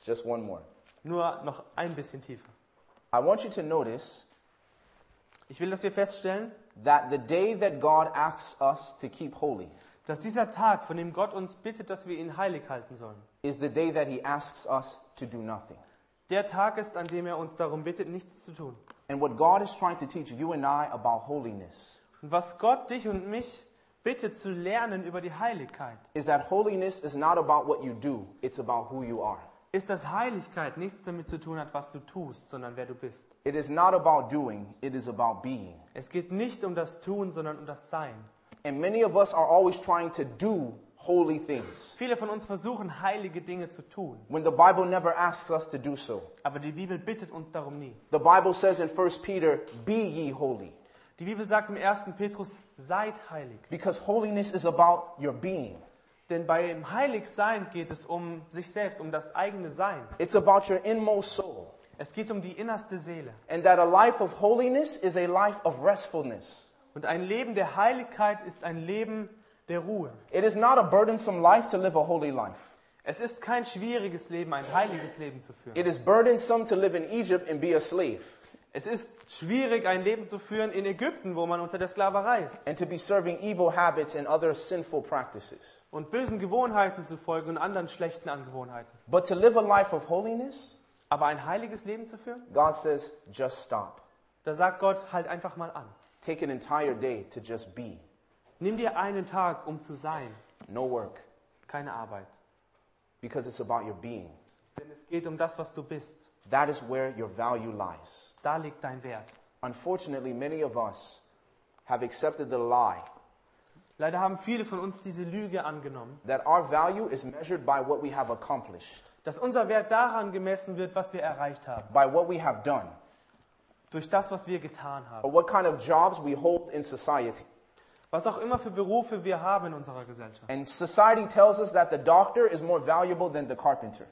Just one more. Nur noch ein bisschen tiefer. I want you to notice Ich will, dass wir feststellen, that the day that God asks us to keep holy dass dieser Tag, von dem Gott uns bittet, dass wir ihn heilig halten sollen, is the day that He asks us to do nothing. der Tag ist, an dem er uns darum bittet, nichts zu tun. And what God is trying to teach you and I about holiness Und was Gott dich und mich bittet zu lernen über die Heiligkeit, is that holiness is not about what you do, it's about who you are. ist, dass Heiligkeit nichts damit zu tun hat, was du tust, sondern wer du bist. It is not about doing, it is about being. Es geht nicht um das Tun, sondern um das Sein. And many of us are always trying to do holy things Viele von uns versuchen, heilige Dinge zu tun, when the Bible never asks us to do so. aber die Bibel bittet uns darum nie. The Bible says in 1 Peter, Be ye holy, Die Bibel sagt im 1. Petrus, seid heilig. because holiness is about your being. Denn beim Heiligsein geht es um sich selbst, um das eigene Sein. It's about your inmost soul. Es geht um die innerste Seele. And that a life of holiness is a life of restfulness. Und ein Leben der Heiligkeit ist ein Leben der Ruhe. It is not a burdensome life to live a holy life. Es ist kein schwieriges Leben, ein heiliges Leben zu führen. It is burdensome to live in Egypt and be a slave Es ist schwierig, ein Leben zu führen in Ägypten, wo man unter der Sklaverei ist and to be serving evil habits and other sinful practices. und bösen Gewohnheiten zu folgen und anderen schlechten Angewohnheiten. But to live a life of holiness, Aber ein heiliges Leben zu führen, God says, just stop. da sagt Gott, halt einfach mal an. Take an entire day to just be. Nimm dir einen Tag, um zu sein, No work, keine Arbeit. because it's about your being. Denn es geht um das, was du bist. That is where your value lies. Da liegt dein Wert. Unfortunately, many of us have accepted the lie Leider haben viele von uns diese Lüge angenommen, that our value is measured by what we have accomplished, dass unser Wert daran gemessen wird, was wir erreicht haben, by what we have done, durch das, was wir getan haben. or what kind of jobs we hold in society. Was auch immer für Berufe wir haben in unserer Gesellschaft. And society tells us that the doctor is more valuable than the carpenter.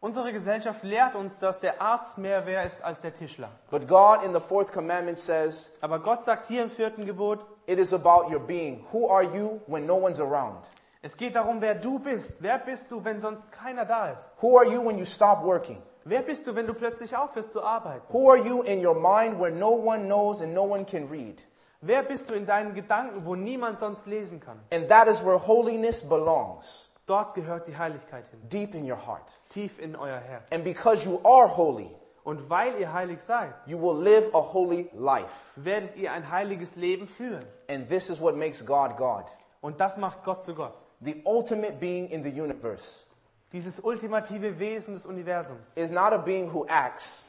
Unsere Gesellschaft lehrt uns, dass der Arzt mehr wert ist als der Tischler. But God in the fourth commandment says, Aber Gott sagt hier im vierten Gebot, it is about your being. Who are you when no one's around? es geht darum, wer du bist. Wer bist du, wenn sonst keiner da ist? Who are you when you stop working? Wer bist du, wenn du plötzlich aufhörst zu arbeiten? Who are you in your mind where no one knows and no one can read? Wer bist du in deinen Gedanken, wo niemand sonst lesen kann? And that is where holiness belongs, Dort gehört die Heiligkeit hin, deep in your heart. tief in euer Herz. And because you are holy, Und weil ihr heilig seid, you will live a holy life. werdet ihr ein heiliges Leben führen. And this is what makes God God, Und das macht Gott zu Gott. the ultimate being in the universe. Dieses ultimative Wesen des Universums Is not a being who acts,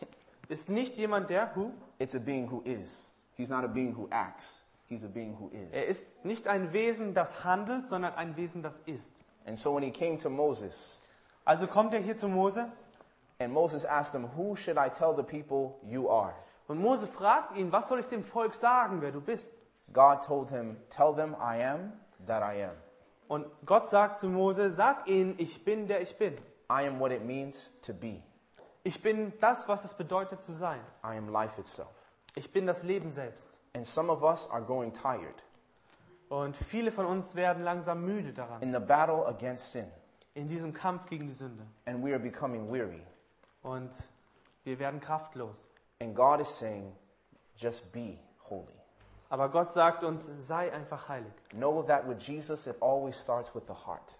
ist nicht jemand, der, who? It's a being who is. He's not a being who acts. He's a being who is. Er ist nicht ein Wesen, das handelt, sondern ein Wesen, das ist. And so when he came to Moses, Also kommt er hier zu Mose and Moses asked him, Who should I tell the people you are? und Mose fragt ihn, was soll ich dem Volk sagen, wer du bist? God told him, Tell them I am that I am. Und Gott sagt zu Mose, sag ihnen, ich bin, der ich bin. I am what it means to be. Ich bin das, was es bedeutet zu sein. I am life itself. Ich bin das Leben selbst. And some of us are growing tired Und viele von uns werden langsam müde daran, in the battle against sin, in diesem Kampf gegen die Sünde. and we are becoming weary. Und wir werden kraftlos. And God is saying, Just be holy. Aber Gott sagt uns, sei einfach heilig. Know that with Jesus, it always starts with the heart.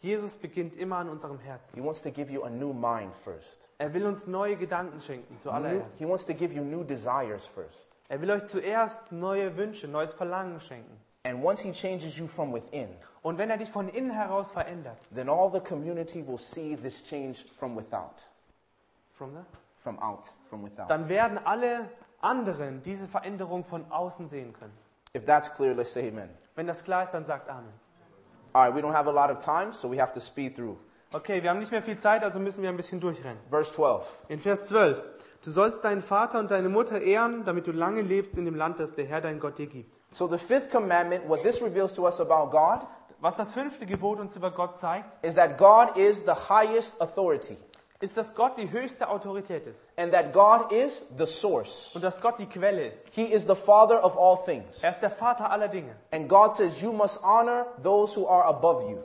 Jesus beginnt immer an unserem Herzen. He wants to give you a new mind first. Er will uns neue Gedanken schenken, New- zuallererst. he wants to give you new desires first. Er will euch zuerst neue Wünsche, neues Verlangen schenken. And once he changes you from within, Und wenn er dich von innen heraus verändert, then all the community will see this change from without. from the- From out, from without. dann werden alle anderen diese Veränderung von außen sehen können. If that's clear, let's say amen. Wenn das klar ist, dann sagt Amen. All right, we don't have a lot of time, so we have to speed through. Okay, wir haben nicht mehr viel Zeit, also müssen wir ein bisschen durchrennen. Verse 12. In Vers 12. Du sollst deinen Vater und deine Mutter ehren, damit du lange lebst in dem Land, das der Herr dein Gott dir gibt. So, the fifth commandment, what this reveals to us about God, Was das fünfte Gebot uns über Gott zeigt, is that God is the highest authority. ist, dass Gott die höchste Autorität ist and that God is the source. und dass Gott die Quelle ist. He is the father of all things. Er ist der Vater aller Dinge. And God says, You must honor those who are above you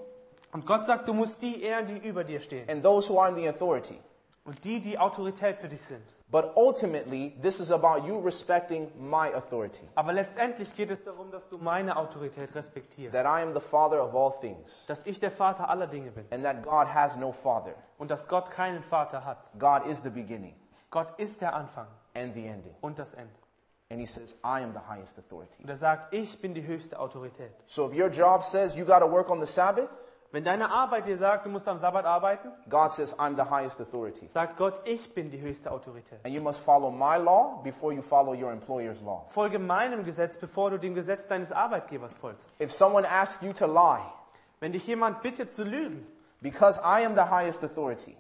Und Gott sagt, du musst die ehren, die über dir stehen and those who are in the authority. und die, die Autorität für dich sind. But ultimately, this is about you respecting my authority, Aber letztendlich geht es darum, dass du meine Autorität respektierst, that I am the father of all things, dass ich der Vater aller Dinge bin and that God has no father. und dass Gott keinen Vater hat. God is the beginning Gott ist der Anfang and the ending. und das Ende. And he says, I am the highest authority. Und er sagt, ich bin die höchste Autorität. So if your job says you got to work on the Sabbath, Wenn deine Arbeit dir sagt, du musst am Sabbat arbeiten, God says, I'm the highest authority. sagt Gott, ich bin die höchste Autorität. And you must follow my law before you follow your employer's law. Folge meinem Gesetz, bevor du dem Gesetz deines Arbeitgebers folgst. If someone asks you to lie, Wenn dich jemand bittet zu lügen, because I am the highest authority,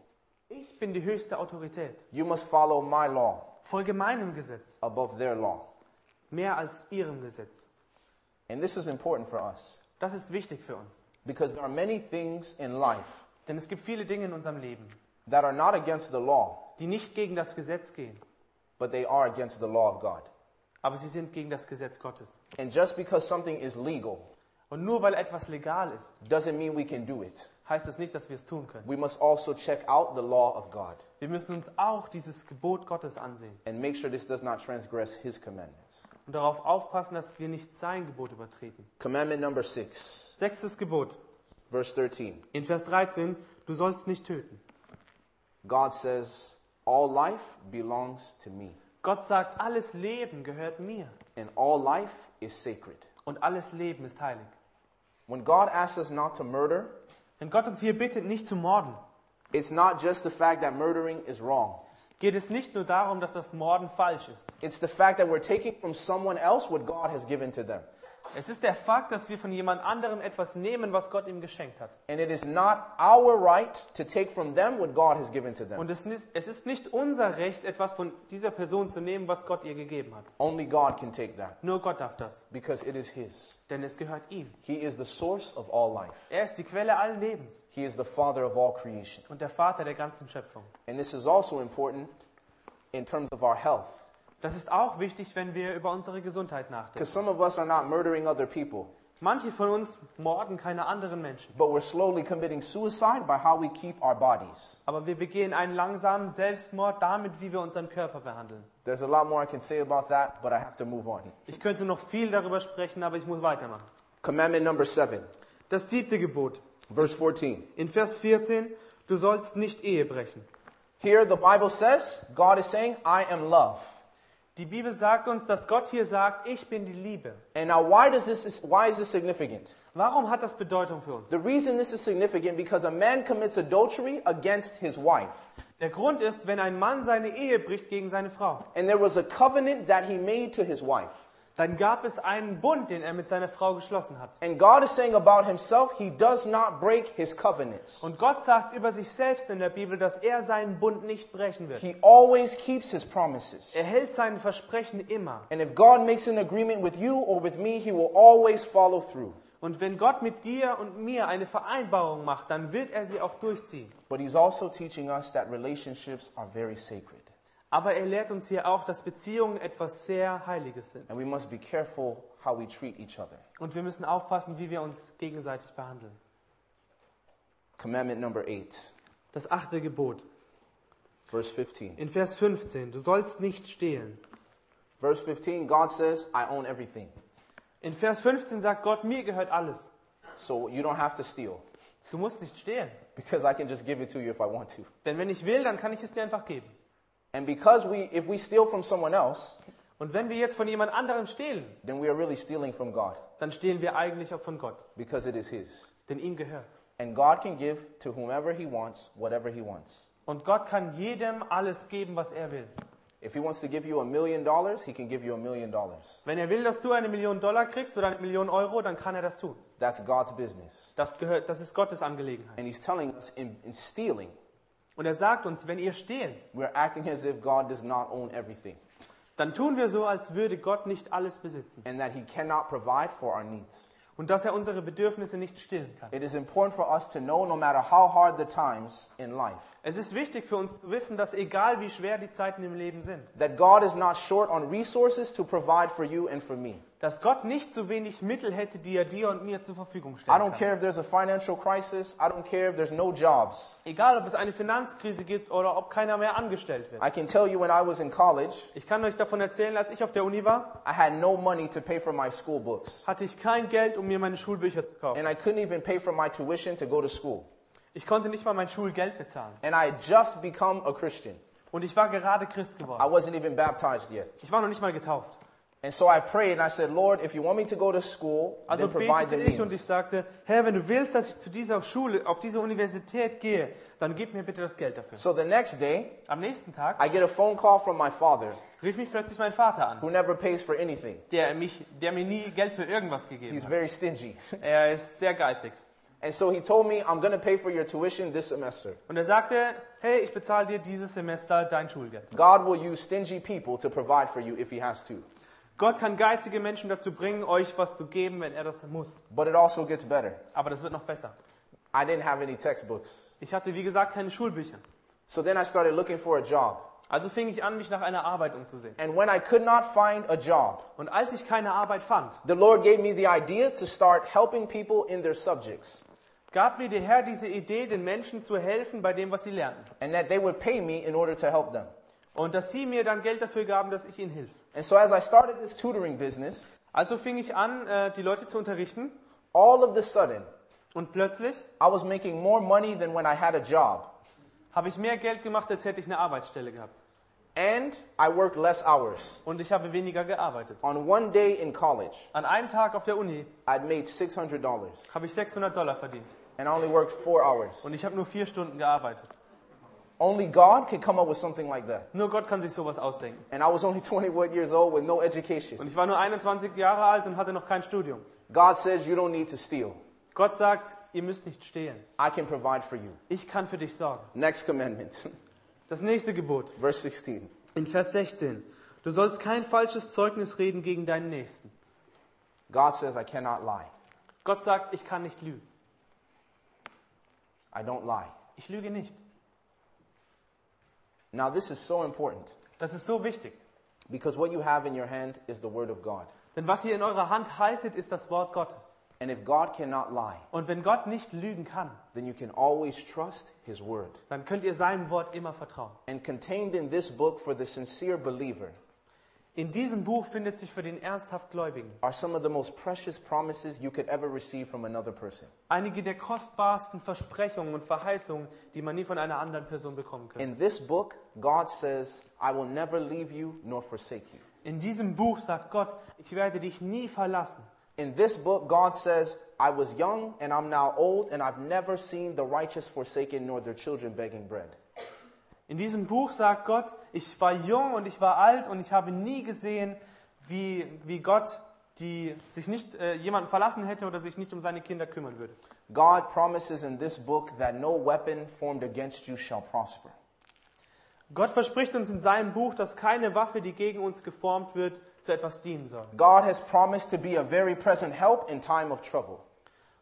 ich bin die höchste Autorität. you must follow my law Folge meinem Gesetz, above their law. mehr als ihrem Gesetz. And this is important for us Das ist wichtig für uns. because there are many things in life Denn es gibt viele Dinge in unserem Leben, that are not against the law, die nicht gegen das Gesetz gehen, but they are against the law of God. aber sie sind gegen das Gesetz Gottes. And just because something is legal Und nur weil etwas legal ist, doesn't mean we can do it. heißt das nicht, dass wir es tun können. We must also check out the law of God Wir müssen uns auch dieses Gebot Gottes ansehen and make sure this does not transgress his commandments. und darauf aufpassen, dass wir nicht sein Gebot übertreten. Commandment number six, Sechstes Gebot verse 13. in Vers 13, du sollst nicht töten. God says, All life belongs to me, Gott sagt, alles Leben gehört mir and all life is sacred. und alles Leben ist heilig. When God asks us not to murder, Wenn Gott uns hier bittet, nicht zu morden, it's not just the fact that murdering is wrong, geht es nicht nur darum, dass das Morden falsch ist. it's the fact that we're taking from someone else what God has given to them. Es ist der Fakt, dass wir von jemand anderem etwas nehmen, was Gott ihm geschenkt hat. And it is not our right to take from them what God has given to them. Und es ist, es ist nicht unser Recht, etwas von dieser Person zu nehmen, was Gott ihr gegeben hat. Only God can take that Nur Gott darf das, because it is His. denn es gehört ihm. He is the source of all life, Er ist die Quelle allen Lebens He is the Father of all creation. und der Vater der ganzen Schöpfung. And this is also important in terms of our health Das ist auch wichtig, wenn wir über unsere Gesundheit nachdenken. because some of us are not murdering other people. Manche von uns morden keine anderen Menschen, But we're slowly committing suicide by how we keep our bodies. aber wir begehen einen langsamen Selbstmord damit, wie wir unseren Körper behandeln. There's a lot more I can say about that, but I have to move on. Ich könnte noch viel darüber sprechen, aber ich muss weitermachen. Commandment number seven, Das siebte Gebot. verse 14. In Vers 14, du sollst nicht Ehe brechen. Here the Bible says, God is saying, I am love. Die Bibel sagt uns, dass Gott hier sagt, ich bin die Liebe. And now why does this why is this significant? Warum hat das Bedeutung für uns? The reason this is significant because a man commits adultery against his wife. Der Grund ist, wenn ein Mann seine Ehe bricht gegen seine Frau, And there was a covenant that he made to his wife. dann gab es einen Bund, den er mit seiner Frau geschlossen hat. And God is saying about himself, he does not break his covenants. Und Gott sagt über sich selbst in der Bibel, dass er seinen Bund nicht brechen wird. He always keeps his promises. Er hält seinen Versprechen immer. And if God makes an agreement with you or with me, he will always follow through. Und wenn Gott mit dir und mir eine Vereinbarung macht, dann wird er sie auch durchziehen. But he's also teaching us that relationships are very sacred. Aber er lehrt uns hier auch, dass Beziehungen etwas sehr Heiliges sind. And we must be careful how we treat each other. Und wir müssen aufpassen, wie wir uns gegenseitig behandeln. Commandment number 8, Das achte Gebot. verse 15. In Vers 15, du sollst nicht stehlen. Verse 15, God says, I own everything. In Vers 15 sagt Gott, mir gehört alles. So you don't have to steal Du musst nicht stehlen. because I can just give it to you if I want to. Denn wenn ich will, dann kann ich es dir einfach geben. And because we, if we steal from someone else, Und wenn wir jetzt von jemand anderem stehlen, then we are really stealing from God dann stehlen wir eigentlich auch von Gott. because it is His. Denn ihm gehört's. And God can give to whomever He wants whatever He wants. Und Gott kann jedem alles geben, was er will. If He wants to give you a million dollars, He can give you a million dollars. Wenn er will, dass du eine Million Dollar kriegst oder eine Million Euro, dann kann er das tun. That's God's business. Das, gehört, das ist Gottes Angelegenheit. And He's telling us in, in stealing, Und er sagt uns, wenn ihr stehlt, we're acting as if God does not own everything dann tun wir so, als würde Gott nicht alles besitzen. and that He cannot provide for our needs. Und dass er unsere Bedürfnisse nicht stillen kann. It is important for us to know no matter how hard the times in life, Es ist wichtig für uns zu wissen, dass egal wie schwer die Zeiten im Leben sind, that God is not short on resources to provide for you and for me. dass Gott nicht so wenig Mittel hätte, die er dir und mir zur Verfügung I stellen don't kann. care if there's a financial crisis. I don't care if there's no jobs. Egal, ob es eine Finanzkrise gibt oder ob keiner mehr angestellt wird. I can tell you when I was in college, Ich kann euch davon erzählen, als ich auf der Uni war, I had no money to pay for my school books. hatte ich kein Geld, um mir meine Schulbücher zu kaufen. And I couldn't even pay for my tuition to go to school. Ich konnte nicht mal mein Schulgeld bezahlen. And I had just become a Christian. Und ich war gerade Christ I geworden. wasn't even baptized yet. Ich war noch nicht mal getauft. And so I prayed and I said, Lord, if you want me to go to school, Also then provide the betete ich und ich means. sagte, Herr, wenn du willst, dass ich zu dieser Schule, auf diese Universität gehe, dann gib mir bitte das Geld dafür. So the next day, Am nächsten Tag I get a phone call from my father, rief mich plötzlich mein Vater an, who never pays for anything. der, mich, der mir nie Geld für irgendwas He's gegeben hat. very stingy. <laughs> Er ist sehr geizig. And so he told me, I'm going to pay for your tuition this semester. Und er sagte, hey, ich bezahle dir dieses Semester dein Schulgeld. God will use stingy people to provide for you if he has to. Gott kann geizige Menschen dazu bringen, euch was zu geben, wenn er das muss. But it also gets better. Aber das wird noch besser. I didn't have any textbooks. Ich hatte, wie gesagt, keine Schulbücher. So then I started looking for a job. Also fing ich an, mich nach einer Arbeit umzusehen. And when I could not find a job, Und als ich keine Arbeit fand, the Lord gave me the idea to start helping people in their subjects gab mir der Herr diese Idee, den Menschen zu helfen bei dem, was sie lernten. and that they would pay me in order to help them. Und dass sie mir dann Geld dafür gaben, dass ich ihnen hilf. And so as I started this tutoring business, Also fing ich an, äh, die Leute zu unterrichten. all of the sudden, Und plötzlich I was making more money than when I had a job. habe ich mehr Geld gemacht, als hätte ich eine Arbeitsstelle gehabt. And I worked less hours. Und ich habe weniger gearbeitet. On one day in college, An einem Tag auf der Uni I'd made $600 habe ich 600 Dollar verdient. and I only worked four hours. Und ich habe nur vier Stunden gearbeitet. Only God could come up with something like that. Nur Gott kann sich sowas ausdenken. And I was only <laughs> 21 years old with no education. Und ich war nur 21 Jahre alt und hatte noch kein Studium. God says you don't need to steal. Gott sagt, ihr müsst nicht stehlen. I can provide for you. Ich kann für dich sorgen. Next commandment, <laughs> Das nächste Gebot. verse 16. In Vers 16. Du sollst kein falsches Zeugnis reden gegen deinen Nächsten. God says I cannot lie. Gott sagt, ich kann nicht lügen. I don't lie. Ich lüge nicht. Now this is so important Das ist so wichtig. because what you have in your hand is the word of God. Denn was ihr in eurer Hand haltet, ist das Wort Gottes. And if God cannot lie, Und wenn Gott nicht lügen kann, then you can always trust his word. dann könnt ihr seinem Wort immer vertrauen. And contained in this book for the sincere believer In diesem Buch findet sich für den ernsthaft Gläubigen are some of the most precious promises you could ever receive from another person. einige der kostbarsten Versprechungen und Verheißungen, die man nie von einer anderen Person bekommen kann. In this book, God says, I will never leave you nor forsake you. In diesem Buch sagt Gott, ich werde dich nie verlassen. In this book, God says, I was young and I'm now old, and I've never seen the righteous forsaken nor their children begging bread. In diesem Buch sagt Gott, ich war jung und ich war alt und ich habe nie gesehen, wie, wie Gott die sich nicht äh, jemanden verlassen hätte oder sich nicht um seine Kinder kümmern würde. God promises in this book that no weapon formed against you shall prosper. Gott verspricht uns in seinem Buch, dass keine Waffe, die gegen uns geformt wird, zu etwas dienen soll. God has promised to be a very present help in time of trouble.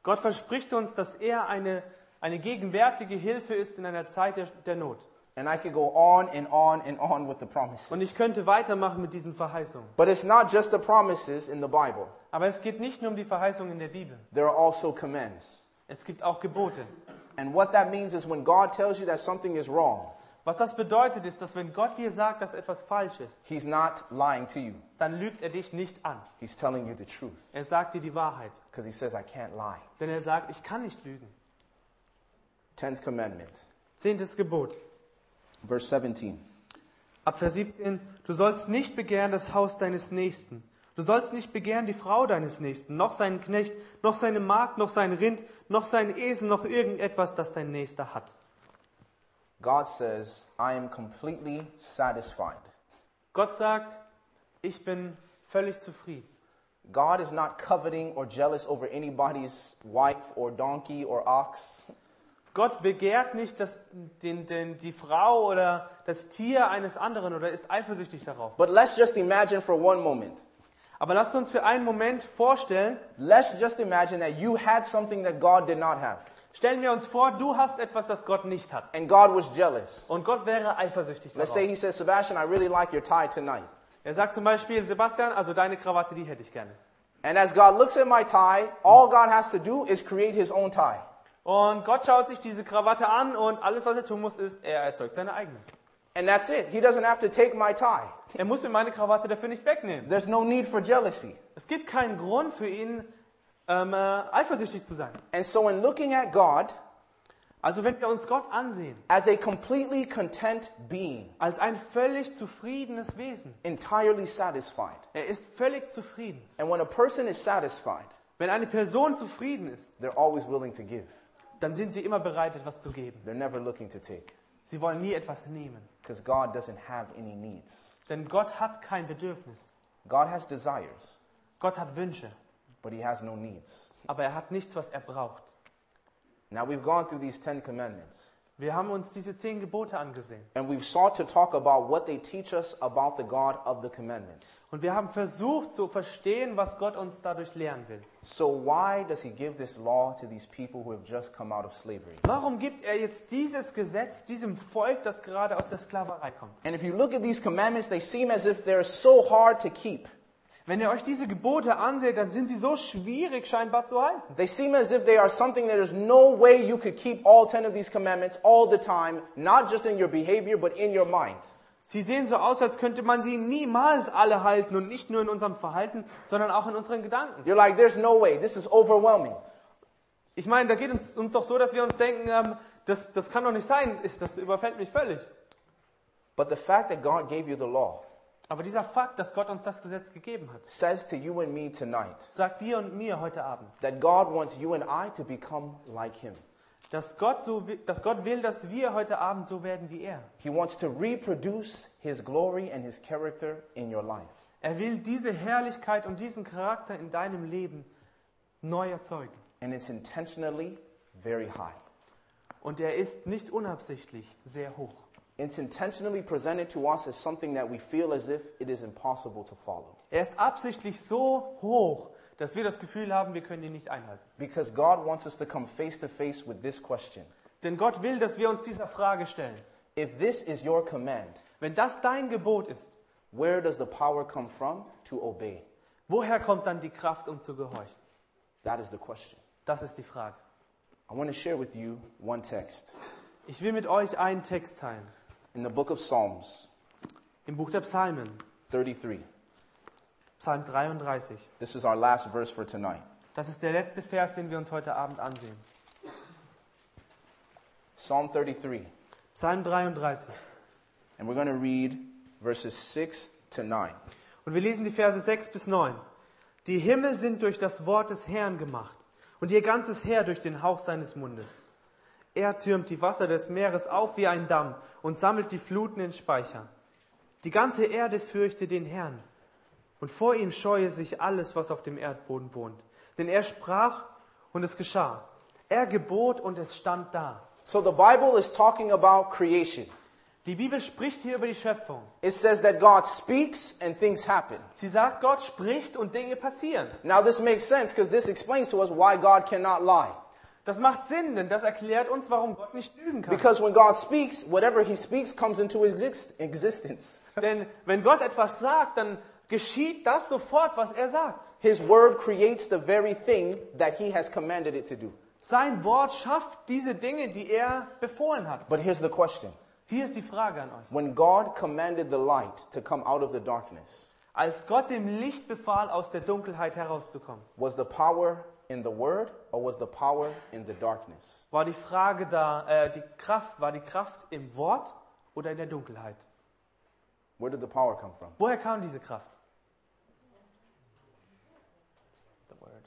Gott verspricht uns, dass er eine, eine gegenwärtige Hilfe ist in einer Zeit der, der Not. And I could go on and on and on with the Und ich promises. könnte weitermachen mit diesen Verheißungen. But it's not just the promises in the Bible, Aber es geht nicht nur um die Verheißungen in der Bibel. there are also commands. Es gibt auch Gebote. And what that means is when God tells you that something is wrong, Was das bedeutet ist, dass wenn Gott dir sagt, dass etwas falsch ist, He's not lying to you. dann lügt er dich nicht an. He's telling you the truth Er sagt dir die Wahrheit. because He says, I can't lie. Denn er sagt, ich kann nicht lügen. Tenth commandment, Zehntes Gebot. verse 17. Ab Vers 17. Du sollst nicht begehren das Haus deines Nächsten. Du sollst nicht begehren die Frau deines Nächsten, noch seinen Knecht, noch seine Magd, noch sein Rind, noch seinen Esel, noch irgendetwas, das dein Nächster hat. God says, I am completely satisfied. Gott sagt, ich bin völlig zufrieden. God is not coveting or jealous over anybody's wife or donkey or ox. Gott begehrt nicht das, den, den, die Frau oder das Tier eines anderen oder ist eifersüchtig darauf. But let's just imagine for one moment. Aber lasst uns für einen Moment vorstellen, Let's just imagine that you had something that God did not have. Stellen wir uns vor, du hast etwas, das Gott nicht hat. and God was jealous. Und Gott wäre eifersüchtig Let's say darauf. he says, Sebastian, I really like your tie tonight. Er sagt zum Beispiel, Sebastian, also deine Krawatte, die hätte ich gerne. And as God looks at my tie, all God has to do is create his own tie. Und Gott schaut sich diese Krawatte an und alles, was er tun muss, ist, er erzeugt seine eigene. And that's it. He doesn't have to take my tie. Er muss mir meine Krawatte dafür nicht wegnehmen. There's no need for jealousy. Es gibt keinen Grund für ihn, ähm, äh, eifersüchtig zu sein. And so, in looking at God Also wenn wir uns Gott ansehen, as a completely content being, als ein völlig zufriedenes Wesen. entirely satisfied. Er ist völlig zufrieden. And when a person is satisfied, Wenn eine Person zufrieden ist, they're always willing to give, dann sind sie immer bereit, etwas zu geben. they're never looking to take. Sie wollen nie etwas nehmen. Because God doesn't have any needs. Denn Gott hat kein Bedürfnis. God has desires, Gott hat Wünsche, but he has no needs. aber er hat nichts, was er braucht. Now, we've gone through these Ten Commandments, Wir haben uns diese zehn Gebote angesehen and we've sought to talk about what they teach us about the God of the commandments. und wir haben versucht zu verstehen, was Gott uns dadurch lehren will. So, why does he give this law to these people who have just come out of slavery? Warum gibt er jetzt dieses Gesetz diesem Volk, das gerade aus der Sklaverei kommt? And if you look at these commandments, they seem as if they're so hard to keep. Wenn ihr euch diese Gebote anseht, dann sind sie so schwierig scheinbar zu halten. They seem as if they are something that there's no way you could keep all 10 of these commandments all the time, not just in your behavior, but in your mind. Sie sehen so aus, als könnte man sie niemals alle halten und nicht nur in unserem Verhalten, sondern auch in unseren Gedanken. You're like, there's no way. This is overwhelming. Ich meine, da geht uns, uns doch so, dass wir uns denken, ähm, das, das kann doch nicht sein, ich- das überfällt mich völlig. But the fact that God gave you the law Aber dieser Fakt, dass Gott uns das Gesetz gegeben hat, says to you and me tonight sagt dir und mir heute Abend, that God wants you and I to become like Him. dass Gott, so, wi- dass Gott will, dass wir heute Abend so werden wie er. He wants to reproduce His glory and His character in your life. Er will diese Herrlichkeit und diesen Charakter in deinem Leben neu erzeugen. And it's intentionally very high. Und er ist nicht unabsichtlich sehr hoch. It's intentionally presented to us as something that we feel as if it is impossible to follow. Er ist absichtlich so hoch, dass wir das Gefühl haben, wir können ihn nicht einhalten. Because God wants us to come face to face with this question Denn Gott will, dass wir uns dieser Frage stellen. If this is your command, Wenn das dein Gebot ist, where does the power come from to obey? woher kommt dann die Kraft, um zu gehorchen? That is the question. Das ist die Frage. I want to share with you one text Ich will mit euch einen Text teilen. in the book of Psalms Im Buch der Psalmen, 33. Psalm 33. This is our last verse for tonight. Das ist der letzte Vers, den wir uns heute Abend ansehen. Psalm 33. Psalm 33. And we're going to read verses 6 to 9. Und wir lesen die Verse 6 bis 9. Die Himmel sind durch das Wort des Herrn gemacht und ihr ganzes Heer durch den Hauch seines Mundes. Er türmt die Wasser des Meeres auf wie ein Damm und sammelt die Fluten in Speicher. Die ganze Erde fürchte den Herrn und vor ihm scheue sich alles, was auf dem Erdboden wohnt. Denn er sprach und es geschah. Er gebot und es stand da. So the Bible is talking about creation. Die Bibel spricht hier über die Schöpfung. It says that God speaks and things happen. Sie sagt, Gott spricht und Dinge passieren. Now, this makes sense because this explains to us why God cannot lie. Das macht Sinn, denn das erklärt uns, warum Gott nicht lügen kann. Because when God speaks, whatever He speaks comes into exist- existence. denn wenn Gott etwas sagt, dann geschieht das sofort, was er sagt. His word creates the very thing that He has commanded it to do. Sein Wort schafft diese Dinge, die er befohlen hat. But here's the question Hier ist die Frage an euch. When God commanded the light to come out of the darkness, Als Gott dem Licht befahl, aus der Dunkelheit herauszukommen, was the power in the word or was the power in the darkness? war die Frage da, äh, die Kraft, war die Kraft im Wort oder in der Dunkelheit? Where did the power come from? Woher kam diese Kraft? The Word.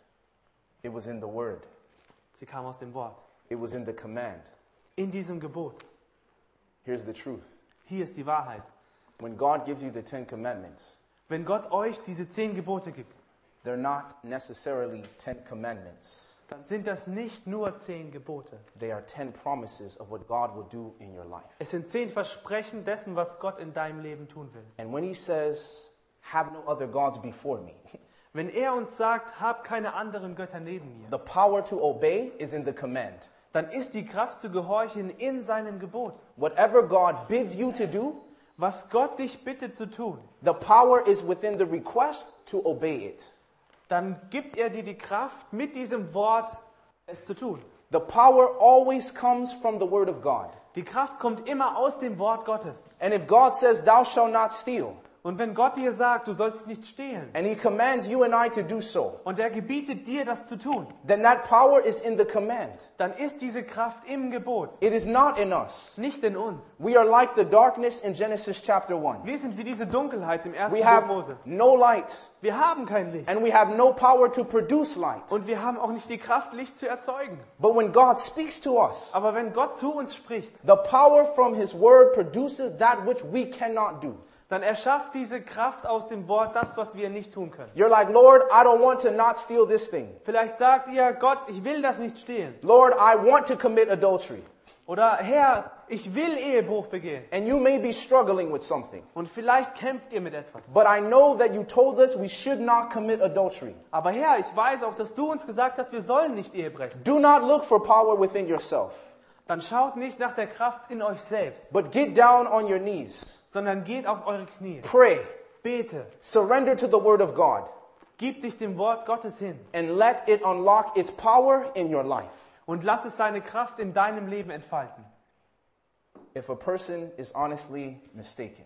It was in the word, Sie kam aus dem Wort. it was in the command. In diesem Gebot. Here's the truth Hier ist die Wahrheit. when God gives you the Ten Commandments, Wenn Gott euch diese zehn Gebote gibt, they're not necessarily Ten Commandments, dann sind das nicht nur zehn Gebote. they are ten promises of what God will do in your life. Es sind zehn Versprechen dessen, was Gott in deinem Leben tun will. And when He says, Have no other gods before me, <laughs> Wenn er uns sagt, hab keine anderen Götter neben mir, the power to obey is in the command. dann ist die Kraft zu gehorchen in seinem Gebot. Whatever God bids you to do, Was Gott dich bittet zu tun, the power is within the request to obey it. dann gibt er dir die Kraft, mit diesem Wort es zu tun. The power always comes from the word of God. Die Kraft kommt immer aus dem Wort Gottes. And if God says, Thou shalt not steal, Und wenn Gott dir sagt, du sollst nicht stehlen, and He commands you and I to do so, und er gebietet dir, das zu tun, then that power is in the command. dann ist diese Kraft im Gebot, It is not in us. nicht in uns. We are like the darkness in Genesis chapter 1. Wir sind wie diese Dunkelheit im ersten We Buch have Mose. no light, Wir haben kein Licht and we have no power to produce light. und wir haben auch nicht die Kraft, Licht zu erzeugen. But when God speaks to us, Aber wenn Gott zu uns spricht, the power from His word produces that which we cannot do. dann erschafft diese Kraft aus dem Wort das, was wir nicht tun können. You're like, Lord, I don't want to not steal this thing. Vielleicht sagt ihr, Gott, ich will das nicht stehlen. Lord, I want to commit adultery. Oder Herr, ich will Ehebruch begehen. And you may be struggling with something. Und vielleicht kämpft ihr mit etwas. But I know that you told us we should not commit adultery. Aber Herr, ich weiß auch, dass du uns gesagt hast, wir sollen nicht Ehe brechen. Do not look for power within yourself, Dann schaut nicht nach der Kraft in euch selbst, but get down on your knees. sondern geht auf eure Knie. Pray, Bete. surrender to the word of God, Gib dich dem Wort Gottes hin and let it unlock its power in your life. und lass es seine Kraft in deinem Leben entfalten. If a person is honestly mistaken,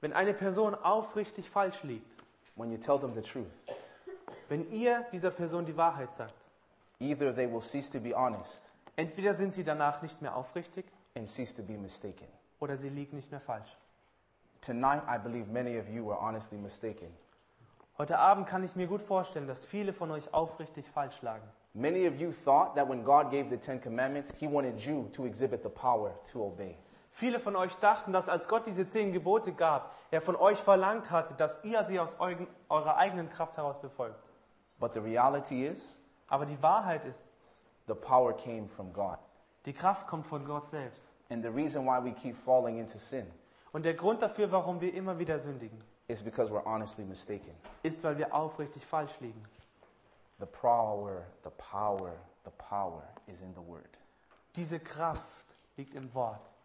Wenn eine Person aufrichtig falsch liegt, when you tell them the truth, wenn ihr dieser Person die Wahrheit sagt, either they will cease to be honest entweder sind sie danach nicht mehr aufrichtig and cease to be mistaken. oder sie liegt nicht mehr falsch. Tonight, I believe many of you were honestly mistaken. Heute Abend kann ich mir gut vorstellen, dass viele von euch aufrichtig falsch lagen. Many of you thought that when God gave the Ten Commandments, He wanted you to exhibit the power to obey. Viele von euch dachten, dass als Gott diese zehn Gebote gab, er von euch verlangt hatte, dass ihr sie aus eugen, eurer eigenen Kraft heraus befolgt. But the reality is, Aber die Wahrheit ist, the power came from God. die Kraft kommt von Gott selbst. And the reason why we keep falling into sin Und der Grund dafür, warum wir immer wieder sündigen, is because we're honestly mistaken. ist, weil wir aufrichtig falsch liegen. The power, the power, the power is in the Word. Diese Kraft liegt im Wort.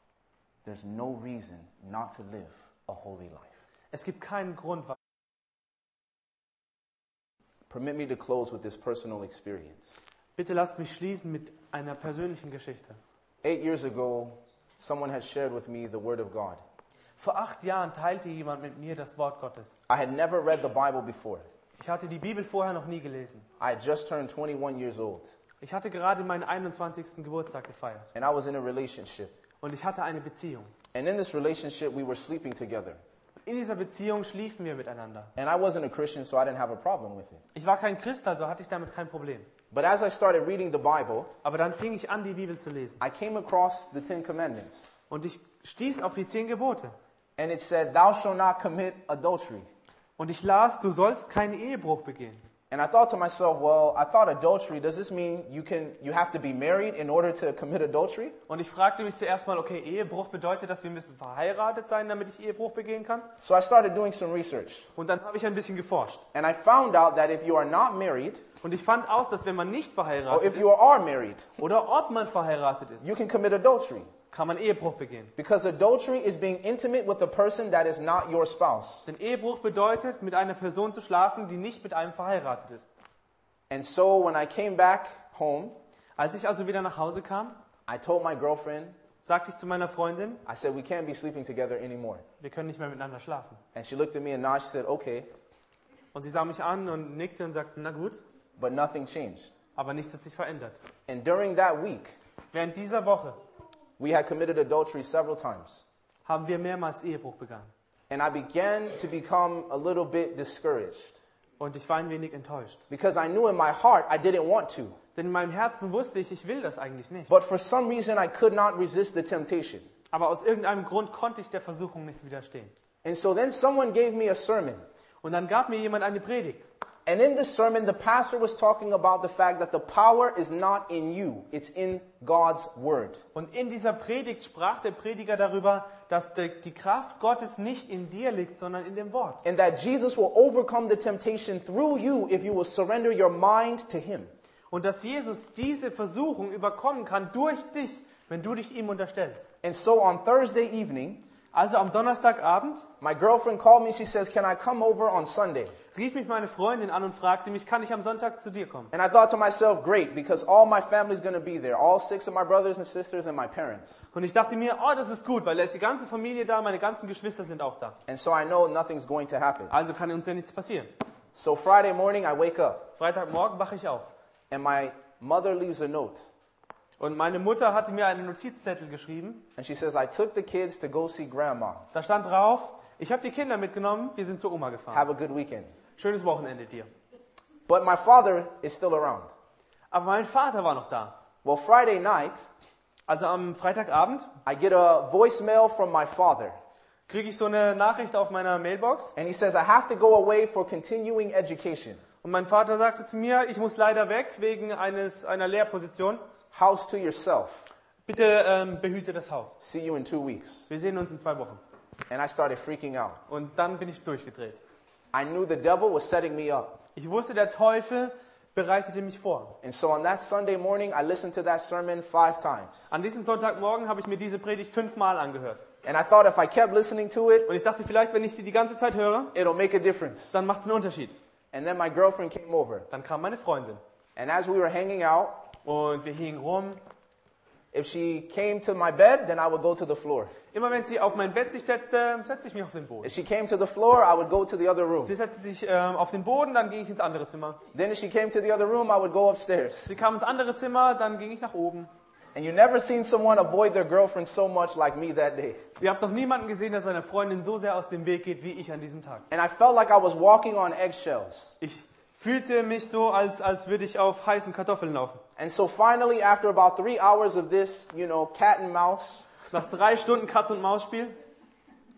There's no reason not to live a holy life. Es gibt keinen Grund, wa- Permit me to close with this personal experience. bitte lasst mich schließen mit einer persönlichen Geschichte. Eight years ago, someone had shared with me the Word of God. Vor acht Jahren teilte jemand mit mir das Wort Gottes. I had never read the Bible before. Ich hatte die Bibel vorher noch nie gelesen. I had just turned 21 years old, Ich hatte gerade meinen 21. Geburtstag gefeiert and I was in a relationship. und ich hatte eine Beziehung. And in this relationship, we were sleeping together. In dieser Beziehung schliefen wir miteinander. And I wasn't a Christian, so I didn't have a problem with it. Ich war kein Christ, also hatte ich damit kein Problem. But as I started reading the Bible, Aber dann fing ich an, die Bibel zu lesen I came across the Ten Commandments, und ich stieß auf die zehn Gebote. and it said, Thou shalt not commit adultery. Und ich las, du sollst keinen Ehebruch begehen. And I thought to myself, well, I thought adultery, does this mean you, can, you have to be married in order to commit adultery? Und ich fragte mich zuerst mal, okay, Ehebruch bedeutet das, wir müssen verheiratet sein, damit ich Ehebruch begehen kann? So I started doing some research, Und dann habe ich ein bisschen geforscht. and I found out that if you are not married, Und ich fand aus, dass wenn man nicht or verheiratet Oh, if you ist are married, oder ob man verheiratet ist, you can commit adultery. kann man Ehebruch begehen. Because adultery is being intimate with a person that is not your spouse. Denn Ehebruch bedeutet, mit einer Person zu schlafen, die nicht mit einem verheiratet ist. And so when I came back home, Als ich also wieder nach Hause kam, I told my girlfriend, sagte ich zu meiner Freundin, I said, we can't be sleeping together anymore. wir können nicht mehr miteinander schlafen. And she looked at me and nodded. She said, okay, Und sie sah mich an und nickte und sagte, na gut, but nothing changed. aber nichts hat sich verändert. And during that week, Während dieser Woche we had committed adultery several times. haben wir mehrmals Ehebruch begangen. And I began to become a little bit discouraged Und ich war ein wenig enttäuscht. because I knew in my heart I didn't want to. Denn in meinem Herzen wusste ich, ich will das eigentlich nicht. But for some reason, I could not resist the temptation. Aber aus irgendeinem Grund konnte ich der Versuchung nicht widerstehen. And so then someone gave me a sermon. Und dann gab mir jemand eine Predigt. And in the sermon, the pastor was talking about the fact that the power is not in you, it's in God's word. Und in dieser Predigt sprach der Prediger darüber, dass die die Kraft Gottes nicht in dir liegt, sondern in dem Wort. And that Jesus will overcome the temptation through you if you will surrender your mind to him. Und dass Jesus diese Versuchung überkommen kann durch dich, wenn du dich ihm unterstellst. And so on Thursday evening, Also am Donnerstagabend my girlfriend called me. She says, Can I come over on Sunday? rief mich meine Freundin an und fragte mich, kann ich am Sonntag zu dir kommen? And I thought to myself, Great, because all my family's going to be there all six of my brothers and sisters and my parents. Und ich dachte mir, oh, das ist gut, weil da ist die ganze Familie da, meine ganzen Geschwister sind auch da. And so I know nothing's going to happen. Also kann uns ja nichts passieren. So Friday morning, I wake up Freitagmorgen wache ich auf. and my mother leaves a note. Und meine Mutter hatte mir einen Notizzettel geschrieben. And she says, I took the kids to go see grandma. Da stand drauf, ich habe die Kinder mitgenommen, wir sind zur Oma gefahren. Have a good weekend. Schönes Wochenende dir. But my father is still around. Aber mein Vater war noch da. Well, Friday night, Also am Freitagabend I get a voicemail from my father. kriege ich so eine Nachricht auf meiner Mailbox And he says, I have to go away for continuing education, und mein Vater sagte zu mir, ich muss leider weg wegen eines einer Lehrposition. house to yourself. Bitte ähm, behüte das Haus. See you in two weeks. Wir sehen uns in zwei Wochen. And I started freaking out. Und dann bin ich durchgedreht. I knew the devil was setting me up. Ich wusste, der Teufel bereitete mich vor. And so on that Sunday morning, I listened to that sermon five times. An diesem Sonntagmorgen habe ich mir diese Predigt fünfmal angehört. And I thought if I kept listening to it, Und ich dachte, vielleicht, wenn ich sie die ganze Zeit höre, it'll make a difference. dann macht es einen Unterschied. And then my girlfriend came over. Dann kam meine Freundin. And as we were hanging out, Und wir hingen rum. if she came to my bed, then I would go to the floor. Immer wenn sie auf mein Bett sich setzte, setzte ich mich auf den Boden. If she came to the floor, I would go to the other room. Sie setzte sich ähm, auf den Boden, dann ging ich ins andere Zimmer. Then if she came to the other room, I would go upstairs. Sie kam ins andere Zimmer, dann ging ich nach oben. And you never seen someone avoid their girlfriend so much like me that day. Ihr habt noch niemanden gesehen, der seiner Freundin so sehr aus dem Weg geht wie ich an diesem Tag. And I felt like I was walking on eggshells. Ich fühlte mich so, als, als würde ich auf heißen Kartoffeln laufen. And so finally, after about three hours of this, you know, cat and mouse, Nach drei Stunden Katz- und Maus-Spiel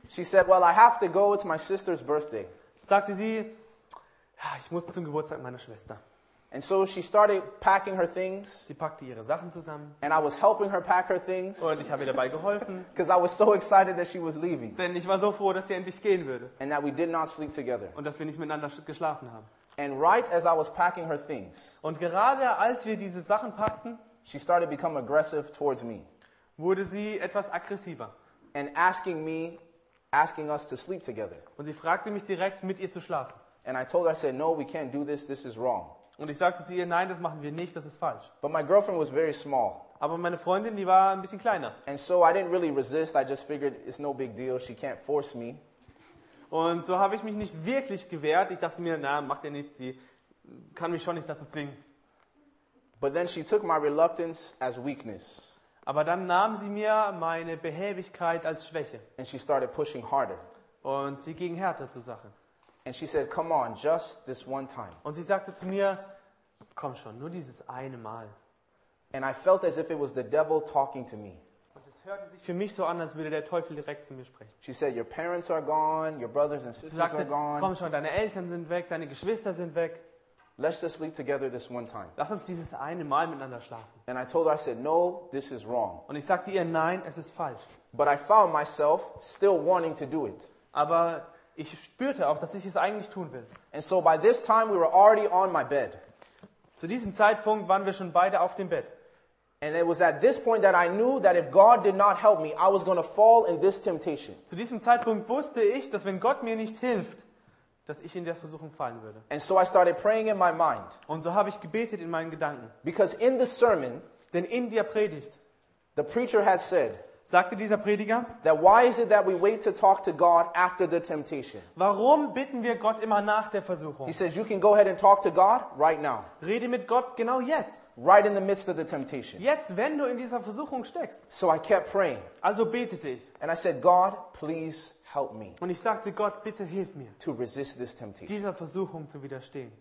she said, Well, I have to go. It's my sister's birthday. sagte sie, "Ja, ich muss zum Geburtstag meiner Schwester. And so she started packing her things, Sie packte ihre Sachen zusammen and I was helping her pack her things und ich habe ihr dabei geholfen, because I was so <laughs> excited that she was leaving denn ich war so froh, dass sie endlich gehen würde and that we did not sleep together. und dass wir nicht miteinander sch- geschlafen haben. And right as I was packing her things, Und gerade als wir diese Sachen packten, she started to become aggressive towards me wurde sie etwas aggressiver. and asking me, asking us to sleep together. Und sie fragte mich direkt, mit ihr zu schlafen. And I told her, I said, No, we can't do this. This is wrong. Und ich sagte zu ihr, nein, das machen wir nicht, das ist falsch. But my girlfriend was very small. Aber meine Freundin, die war ein bisschen kleiner. And so I didn't really resist. I just figured it's no big deal. She can't force me. Und so habe ich mich nicht wirklich gewehrt. Ich dachte mir, na, macht ihr nichts, sie kann mich schon nicht dazu zwingen. But then she took my reluctance as weakness Aber dann nahm sie mir meine Behäbigkeit als Schwäche. and she started pushing harder. Und sie ging härter zur Sache. And she said, Come on, just this one time. Und sie sagte zu mir, komm schon, nur dieses eine Mal. And I felt as if it was the devil talking to me. Und es hörte sich für mich so an, als würde der Teufel direkt zu mir sprechen. She said, Your parents are gone, your brothers and Sie sisters are sagte, komm gone. schon, deine Eltern sind weg, deine Geschwister sind weg. Let's just sleep together this one time. Lass uns dieses eine Mal miteinander schlafen. And I told her, I said, No, this is wrong. Und ich sagte ihr, nein, es ist falsch. But I found myself still wanting to do it. Aber ich spürte auch, dass ich es eigentlich tun will. And so by this time, we were already on my bed. Zu diesem Zeitpunkt waren wir schon beide auf dem Bett. And it was at this point that I knew that if God did not help me, I was going to fall in this temptation. Zu diesem Zeitpunkt wusste ich, dass wenn Gott mir nicht hilft, dass ich in der Versuchung fallen würde. And so I started praying in my mind. Und so habe ich gebetet in meinen Gedanken. Because in the sermon, Denn in der Predigt the preacher had said sagte dieser Prediger, that why is it that we wait to talk to God after the temptation? warum bitten wir Gott immer nach der Versuchung? He says, You can go ahead and talk to God right now, Rede mit Gott genau jetzt. right in the midst of the temptation. Jetzt, wenn du in dieser Versuchung steckst. So I kept praying. Also betete ich. And I said, God, please help me Und ich sagte, Gott, bitte hilf mir, to resist this temptation. dieser Versuchung zu widerstehen.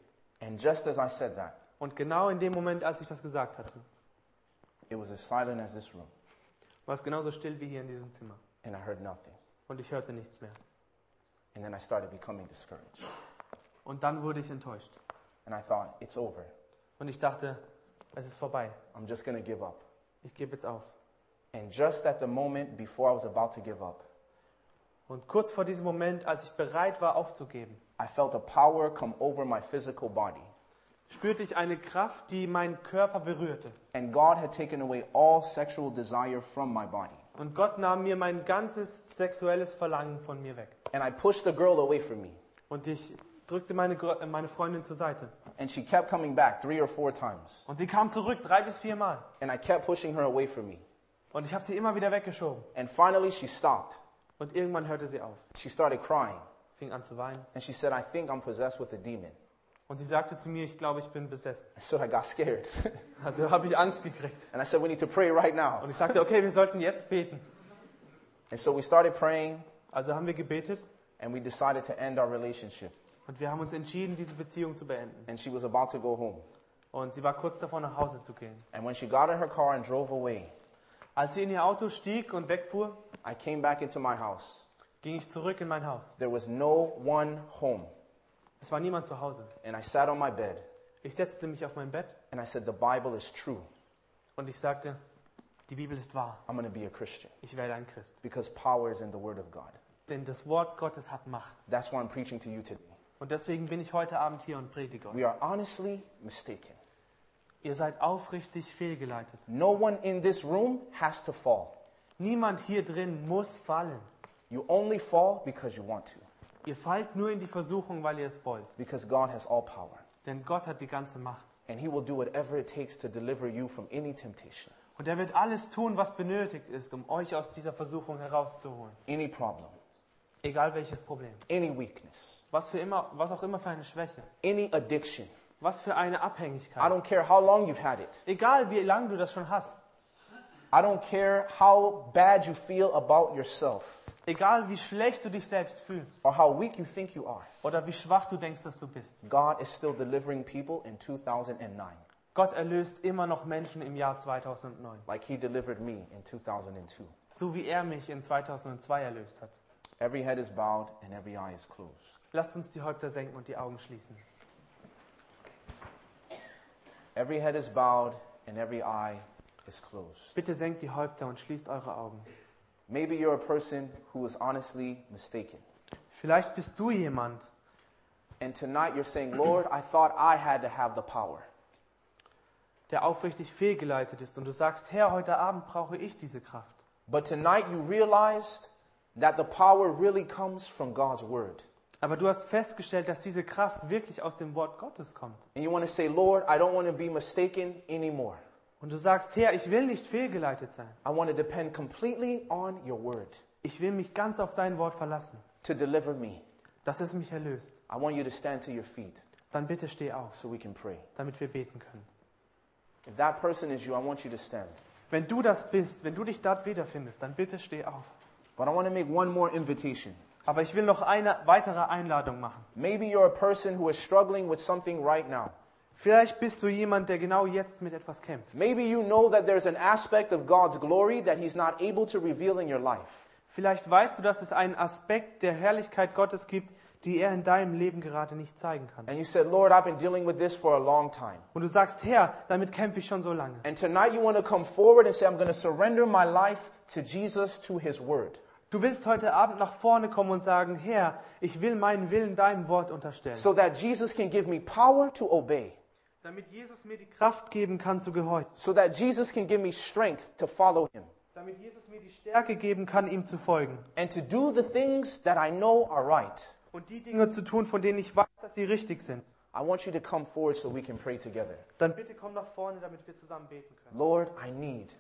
And just as I said that, Und genau in dem Moment, als ich das gesagt hatte, it was as silent as this room. war es genauso still wie hier in diesem Zimmer. And I heard nothing. Und ich hörte nichts mehr. And then I started becoming discouraged. Und dann wurde ich enttäuscht. And I thought, It's over. Und ich dachte, es ist vorbei. I'm just going to give up. Ich gebe jetzt auf. And just at the moment before I was about to give up, Und kurz vor diesem Moment, als ich bereit war aufzugeben, I felt a power come over my physical body. spürte ich eine Kraft, die meinen Körper berührte. and God had taken away all sexual desire from my body. Und Gott nahm mir mein ganzes sexuelles Verlangen von mir weg. And I pushed the girl away from me, Und ich drückte meine, Gr- äh, meine Freundin zur Seite. and she kept coming back three or four times, Und sie kam zurück drei bis vier Mal. and I kept pushing her away from me. Und ich habe sie immer wieder weggeschoben. And finally, she stopped. Und irgendwann hörte sie auf, She started crying, fing an zu weinen. and she said, "I think I'm possessed with a demon." <laughs> Und sie sagte zu mir, ich glaube, ich bin besessen. So I got scared, <laughs> Also <laughs> habe ich Angst gekriegt. and I said, "We need to pray right now." Und ich sagte, okay, wir sollten jetzt beten. And so we started praying, Also haben wir gebetet and we decided to end our relationship. und wir haben uns entschieden, diese Beziehung zu beenden. And she was about to go home. Und sie war kurz davor, nach Hause zu gehen. And when she got in her car and drove away, Als sie in ihr Auto stieg und wegfuhr, I came back into my house. ging ich zurück in mein Haus. There was no one home, Es war niemand zu Hause. and I sat on my bed. Ich setzte mich auf mein Bett And I said, The Bible is true. und ich sagte, die Bibel ist wahr. I'm going to be a Christian Ich werde ein Christ. because power is in the Word of God. Denn das Wort Gottes hat Macht. That's why I'm preaching to you today. Und deswegen bin ich heute Abend hier und predige euch. We are honestly mistaken. Ihr seid aufrichtig fehlgeleitet. No one in this room has to fall. Niemand hier drin muss fallen. You only fall because you want to, Ihr fallt nur in die Versuchung, weil ihr es wollt. because God has all power. Denn Gott hat die ganze Macht. And He will do whatever it takes to deliver you from any temptation, Und er wird alles tun, was benötigt ist, um euch aus dieser Versuchung herauszuholen. any problem, Egal welches Problem. any weakness, Was, für immer, was auch immer für eine Schwäche. any addiction. Was für eine I Abhängigkeit. don't care how long you've had it. Egal wie lange du das schon hast. I don't care how bad you feel about yourself Egal wie schlecht du dich selbst fühlst. or how weak you think you are. Oder wie schwach du denkst, dass du bist. God is still delivering people in 2009, Gott erlöst immer noch Menschen im Jahr 2009. like He delivered me in 2002. So wie er mich in 2002 erlöst hat. Every head is bowed and every eye is closed. Lasst uns die Häupter senken und die Augen schließen. Every head is bowed and every eye is closed. Bitte senkt die Häupter und schließt eure Augen. Maybe you're a person who is honestly mistaken. Vielleicht bist du jemand, And tonight you're saying, Lord, I thought I had to have the power. der aufrichtig fehlgeleitet ist und du sagst, Herr, heute Abend brauche ich diese Kraft. But tonight you realized that the power really comes from God's word. Aber du hast festgestellt, dass diese Kraft wirklich aus dem Wort Gottes kommt. And you want to say, Lord, I don't want to be mistaken anymore. Und du sagst, Herr, ich will nicht fehlgeleitet sein. I want to depend completely on your word Ich will mich ganz auf dein Wort verlassen, to deliver me. dass es mich erlöst. I want you to stand to your feet Dann bitte steh auf, so we can pray. damit wir beten können. If that person is you, I want you to stand. Wenn du das bist, wenn du dich dort wiederfindest, dann bitte steh auf. But I want to make one more invitation. Aber ich will noch eine weitere Einladung machen. Maybe you're a person who is struggling with something right now. Vielleicht bist du jemand, der genau jetzt mit etwas kämpft. Maybe you know that there's an aspect of God's glory that He's not able to reveal in your life. Vielleicht weißt du, dass es einen Aspekt der Herrlichkeit Gottes gibt, die er in deinem Leben gerade nicht zeigen kann. And you said, Lord, I've been dealing with this for a long time. Und du sagst, Herr, damit kämpfe ich schon so lange. And tonight you want to come forward and say, I'm going to surrender my life to Jesus, to His Word. Du willst heute Abend nach vorne kommen und sagen, Herr, ich will meinen Willen deinem Wort unterstellen. so that Jesus can give me power to obey, damit Jesus mir die Kraft geben kann zu gehorchen. so that Jesus can give me strength to follow him Damit Jesus mir die Stärke geben kann, ihm zu folgen. and to do the things that I know are right. Und die Dinge zu tun, von denen ich weiß, dass sie richtig sind. I want you to come forward so we can pray together. Dann bitte komm nach vorne, damit wir zusammen beten können. Lord, I need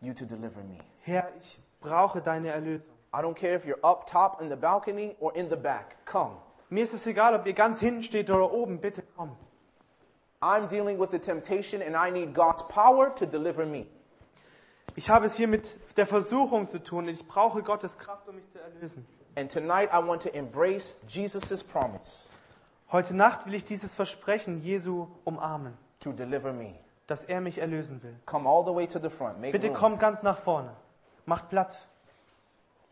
you to deliver me. Herr, ich brauche deine Erlösung. I don't care if you're up top in the balcony or in the back. Come. Mir ist es egal, ob ihr ganz hinten steht oder oben, bitte kommt. I'm dealing with the temptation and I need God's power to deliver me. Ich habe es hier mit der Versuchung zu tun und ich brauche Gottes Kraft, um mich zu erlösen. And tonight I want to embrace Jesus' promise Heute Nacht will ich dieses Versprechen Jesu umarmen, to deliver me. dass er mich erlösen will. Come all the way to the front. Make Bitte room. kommt ganz nach vorne. Macht Platz.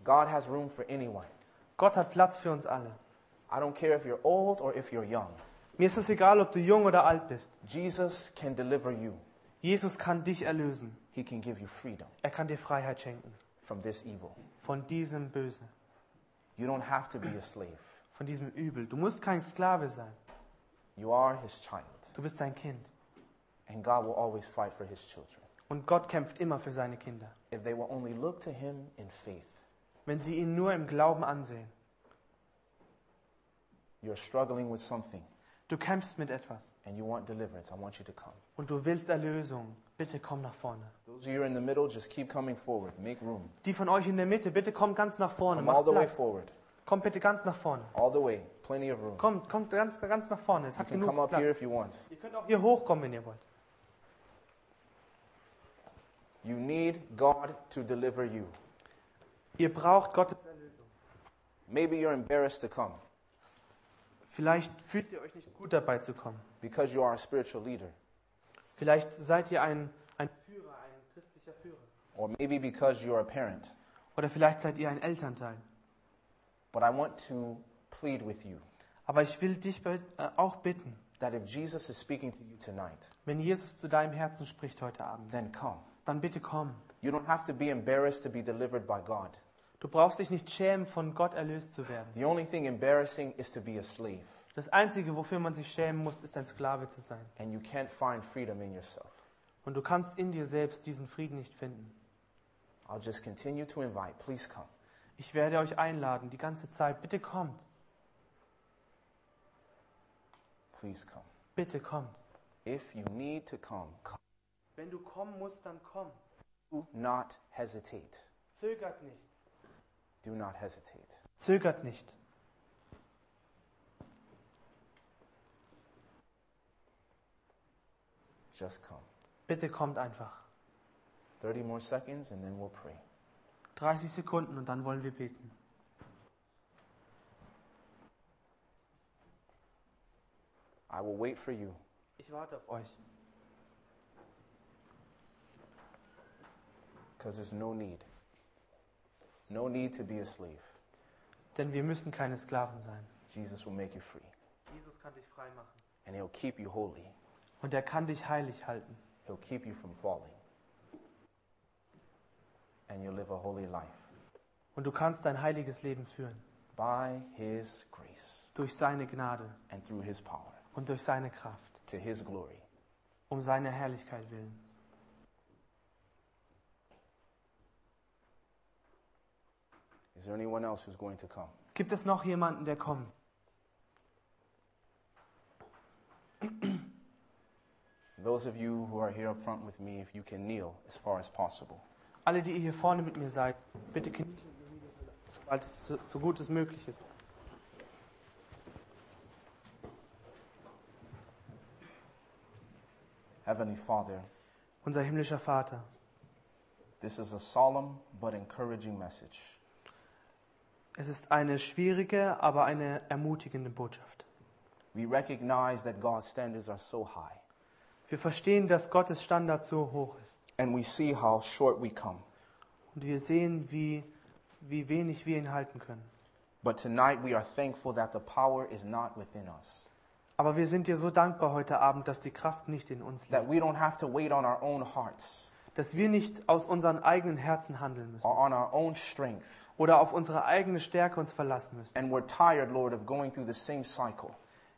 God has room for anyone. Gott hat Platz für uns alle. I don't care if you're old or if you're young. Mir ist es egal, ob du jung oder alt bist. Jesus can deliver you. Jesus kann dich erlösen. He can give you freedom Er kann dir Freiheit schenken from this evil. von diesem Bösen, You don't have to be a slave. von diesem Übel. Du musst kein Sklave sein. You are his child. Du bist sein Kind. And God will always fight for his children. Und Gott kämpft immer für seine Kinder. If they will only look to him in faith, Wenn sie ihn nur im Glauben ansehen. you're struggling with something Du kämpfst mit etwas and you want deliverance. I want you to come. und du willst Erlösung. Bitte komm nach vorne. Those of you in the middle, just keep coming forward. Make room. Die von euch in der Mitte, bitte kommt ganz nach vorne. Come all Macht the way Platz. forward. Kommt bitte ganz nach vorne. All the way. Plenty of room. Kommt, kommt ganz, ganz nach vorne. Es You hat can come genug up here Platz. if you want. Ihr könnt auch hier hochkommen, wenn ihr wollt. You need God to deliver you. Ihr braucht Gottes Erlösung. Maybe you're embarrassed to come Vielleicht fühlt ihr euch nicht gut dabei zu kommen. because you are a spiritual leader, Vielleicht seid ihr ein, ein Führer, ein christlicher Führer. or maybe because you're a parent. Oder vielleicht seid ihr ein Elternteil. But I want to plead with you Aber ich will dich be- äh, auch bitten, that if Jesus is speaking to you tonight, wenn Jesus zu deinem Herzen spricht heute Abend, then come. dann bitte komm. You don't have to be embarrassed to be delivered by God. Du brauchst dich nicht schämen, von Gott erlöst zu werden. The only thing embarrassing is to be a slave, Das Einzige, wofür man sich schämen muss, ist ein Sklave zu sein. and you can't find freedom in yourself. Und du kannst in dir selbst diesen Frieden nicht finden. I'll just continue to invite. Please come. Ich werde euch einladen, die ganze Zeit. Bitte kommt, Please come. bitte kommt. If you need to come, come. Wenn du kommen musst, dann komm. Do not hesitate. Zögert nicht. Do not hesitate. Zögert nicht. Just come. Bitte kommt einfach. 30 more seconds and then we'll pray. 30 Sekunden und dann wollen wir beten. I will wait for you. Ich warte auf euch. Because there's no need. No need to be a slave. Denn wir müssen keine Sklaven sein. Jesus will make you free, Jesus kann dich frei machen. and He'll keep you holy. Und er kann dich heilig halten. He'll keep you from falling. And you'll live a holy life Und du kannst dein heiliges Leben führen. by His grace Durch seine Gnade and through His power, und durch seine Kraft. to His glory. Um seiner Herrlichkeit willen. Is there anyone else who's going to come? Gibt es noch jemanden, der kommt? Those of you who are here up front with me, if you can kneel as far as possible. Alle, die ihr hier vorne mit mir seid, bitte kniet, sobald es so, so gut es möglich ist. Heavenly Father, Unser himmlischer Vater, this is a solemn but encouraging message. es ist eine schwierige, aber eine ermutigende Botschaft. We recognize that God's standards are so high. Wir verstehen, dass Gottes Standard so hoch ist. and we see how short we come. Und wir sehen, wie, wie wenig wir ihn halten können. But tonight we are thankful that the power is not within us, Aber wir sind dir so dankbar heute Abend, dass die Kraft nicht in uns liegt. that we don't have to wait on our own hearts Dass wir nicht aus unseren eigenen Herzen handeln müssen. or on our own strength. Oder auf unsere eigene Stärke uns verlassen müssen. And we're tired, Lord, of going through the same cycle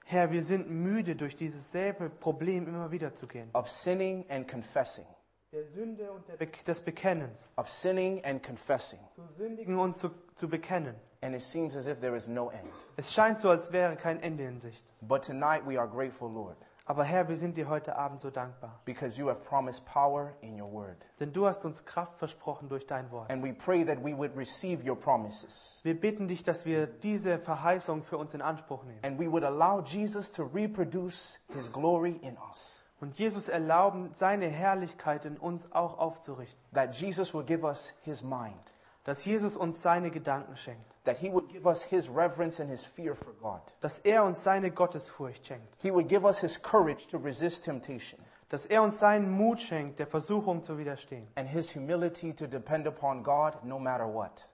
Herr, wir sind müde, durch dieses selbe Problem immer wieder zu gehen. of sinning and confessing, Der Sünde und der Be des Bekennens. of sinning and confessing. Zu sündigen und zu, zu bekennen. And it seems as if there is no end. Es scheint so, als wäre kein Ende in Sicht. But tonight we are grateful, Lord, Aber Herr, wir sind dir heute Abend so dankbar. because you have promised power in your word. Denn du hast uns Kraft versprochen durch dein Wort. And we pray that we would receive your promises Wir bitten dich, dass wir diese Verheißung für uns in Anspruch nehmen and we would allow Jesus to reproduce his glory in us. und Jesus erlauben, seine Herrlichkeit in uns auch aufzurichten. that Jesus would give us his mind, Dass Jesus uns seine Gedanken schenkt, that he would give us his reverence and his fear for God. dass er uns seine Gottesfurcht schenkt, He would give us his courage to resist temptation dass er uns seinen Mut schenkt, der Versuchung zu widerstehen and his humility to depend upon God no matter what.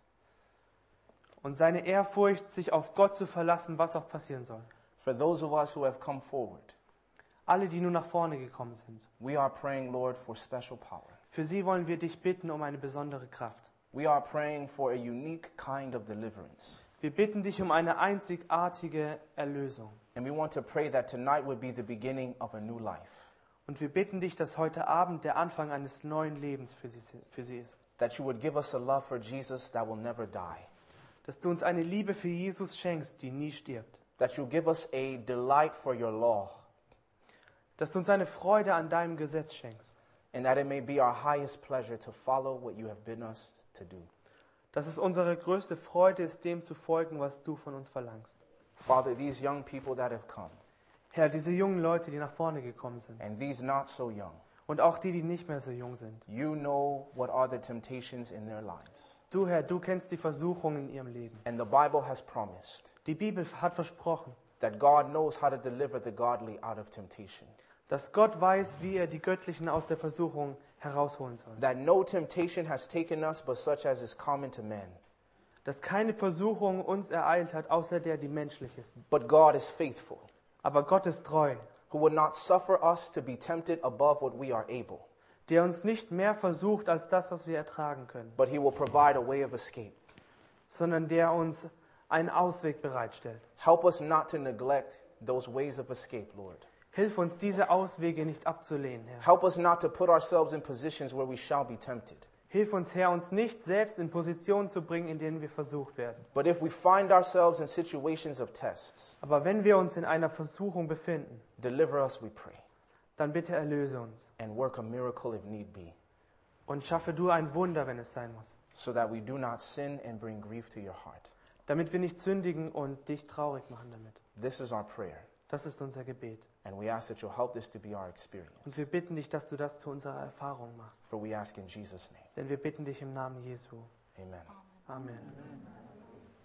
und seine Ehrfurcht, sich auf Gott zu verlassen, was auch passieren soll. For those of us who have come forward, Alle, die nun nach vorne gekommen sind, we are praying, Lord, for special power. für sie wollen wir dich bitten um eine besondere Kraft. We are praying for a unique kind of deliverance. Wir bitten dich um eine einzigartige Erlösung. And we want to pray that tonight would be the beginning of a new life. Und wir bitten dich, dass heute Abend der Anfang eines neuen Lebens für sie, für sie ist. That you would give us a love for Jesus that will never die. Dass du uns eine Liebe für Jesus schenkst, die nie stirbt. That you give us a delight for your law. Dass du uns eine Freude an deinem Gesetz schenkst. And that it may be our highest pleasure to follow what you have bidden us to do. Dass es unsere größte Freude ist, dem zu folgen, was du von uns verlangst. Father, these young people that have come, Herr, diese jungen Leute, die nach vorne gekommen sind and these not so young, und auch die, die nicht mehr so jung sind. you know what are the temptations in their lives. Du, Herr, du kennst die Versuchungen in ihrem Leben. And the Bible has promised Die Bibel hat versprochen, that God knows how to deliver the godly out of temptation. dass Gott weiß, wie er die Göttlichen aus der Versuchung herausholen soll. That no temptation has taken us but such as is common to men. Dass keine Versuchung uns ereilt hat, außer der, die menschlich ist. But God is faithful, Aber Gott ist treu, who would not suffer us to be tempted above what we are able, der uns nicht mehr versucht als das, was wir ertragen können, but he will provide a way of escape. sondern der uns einen Ausweg bereitstellt. Help us not to neglect those ways of escape, Lord. Hilf uns, diese Auswege nicht abzulehnen, Herr. Help us not to put ourselves in positions where we shall be tempted. Hilf uns, Herr, uns nicht selbst in Positionen zu bringen, in denen wir versucht werden. But if we find ourselves in situations of tests, Aber wenn wir uns in einer Versuchung befinden, deliver us, we pray, dann bitte erlöse uns and work a miracle if need be, und schaffe du ein Wunder, wenn es sein muss, so that we do not sin and bring grief to your heart. damit wir nicht sündigen und dich traurig machen damit. This is our prayer, Das ist unser Gebet. and we ask that you'll help this to be our experience. Und wir bitten dich, dass du das zu unserer Erfahrung machst. For we ask in Jesus' name. Denn wir bitten dich im Namen Jesu. Amen. Amen.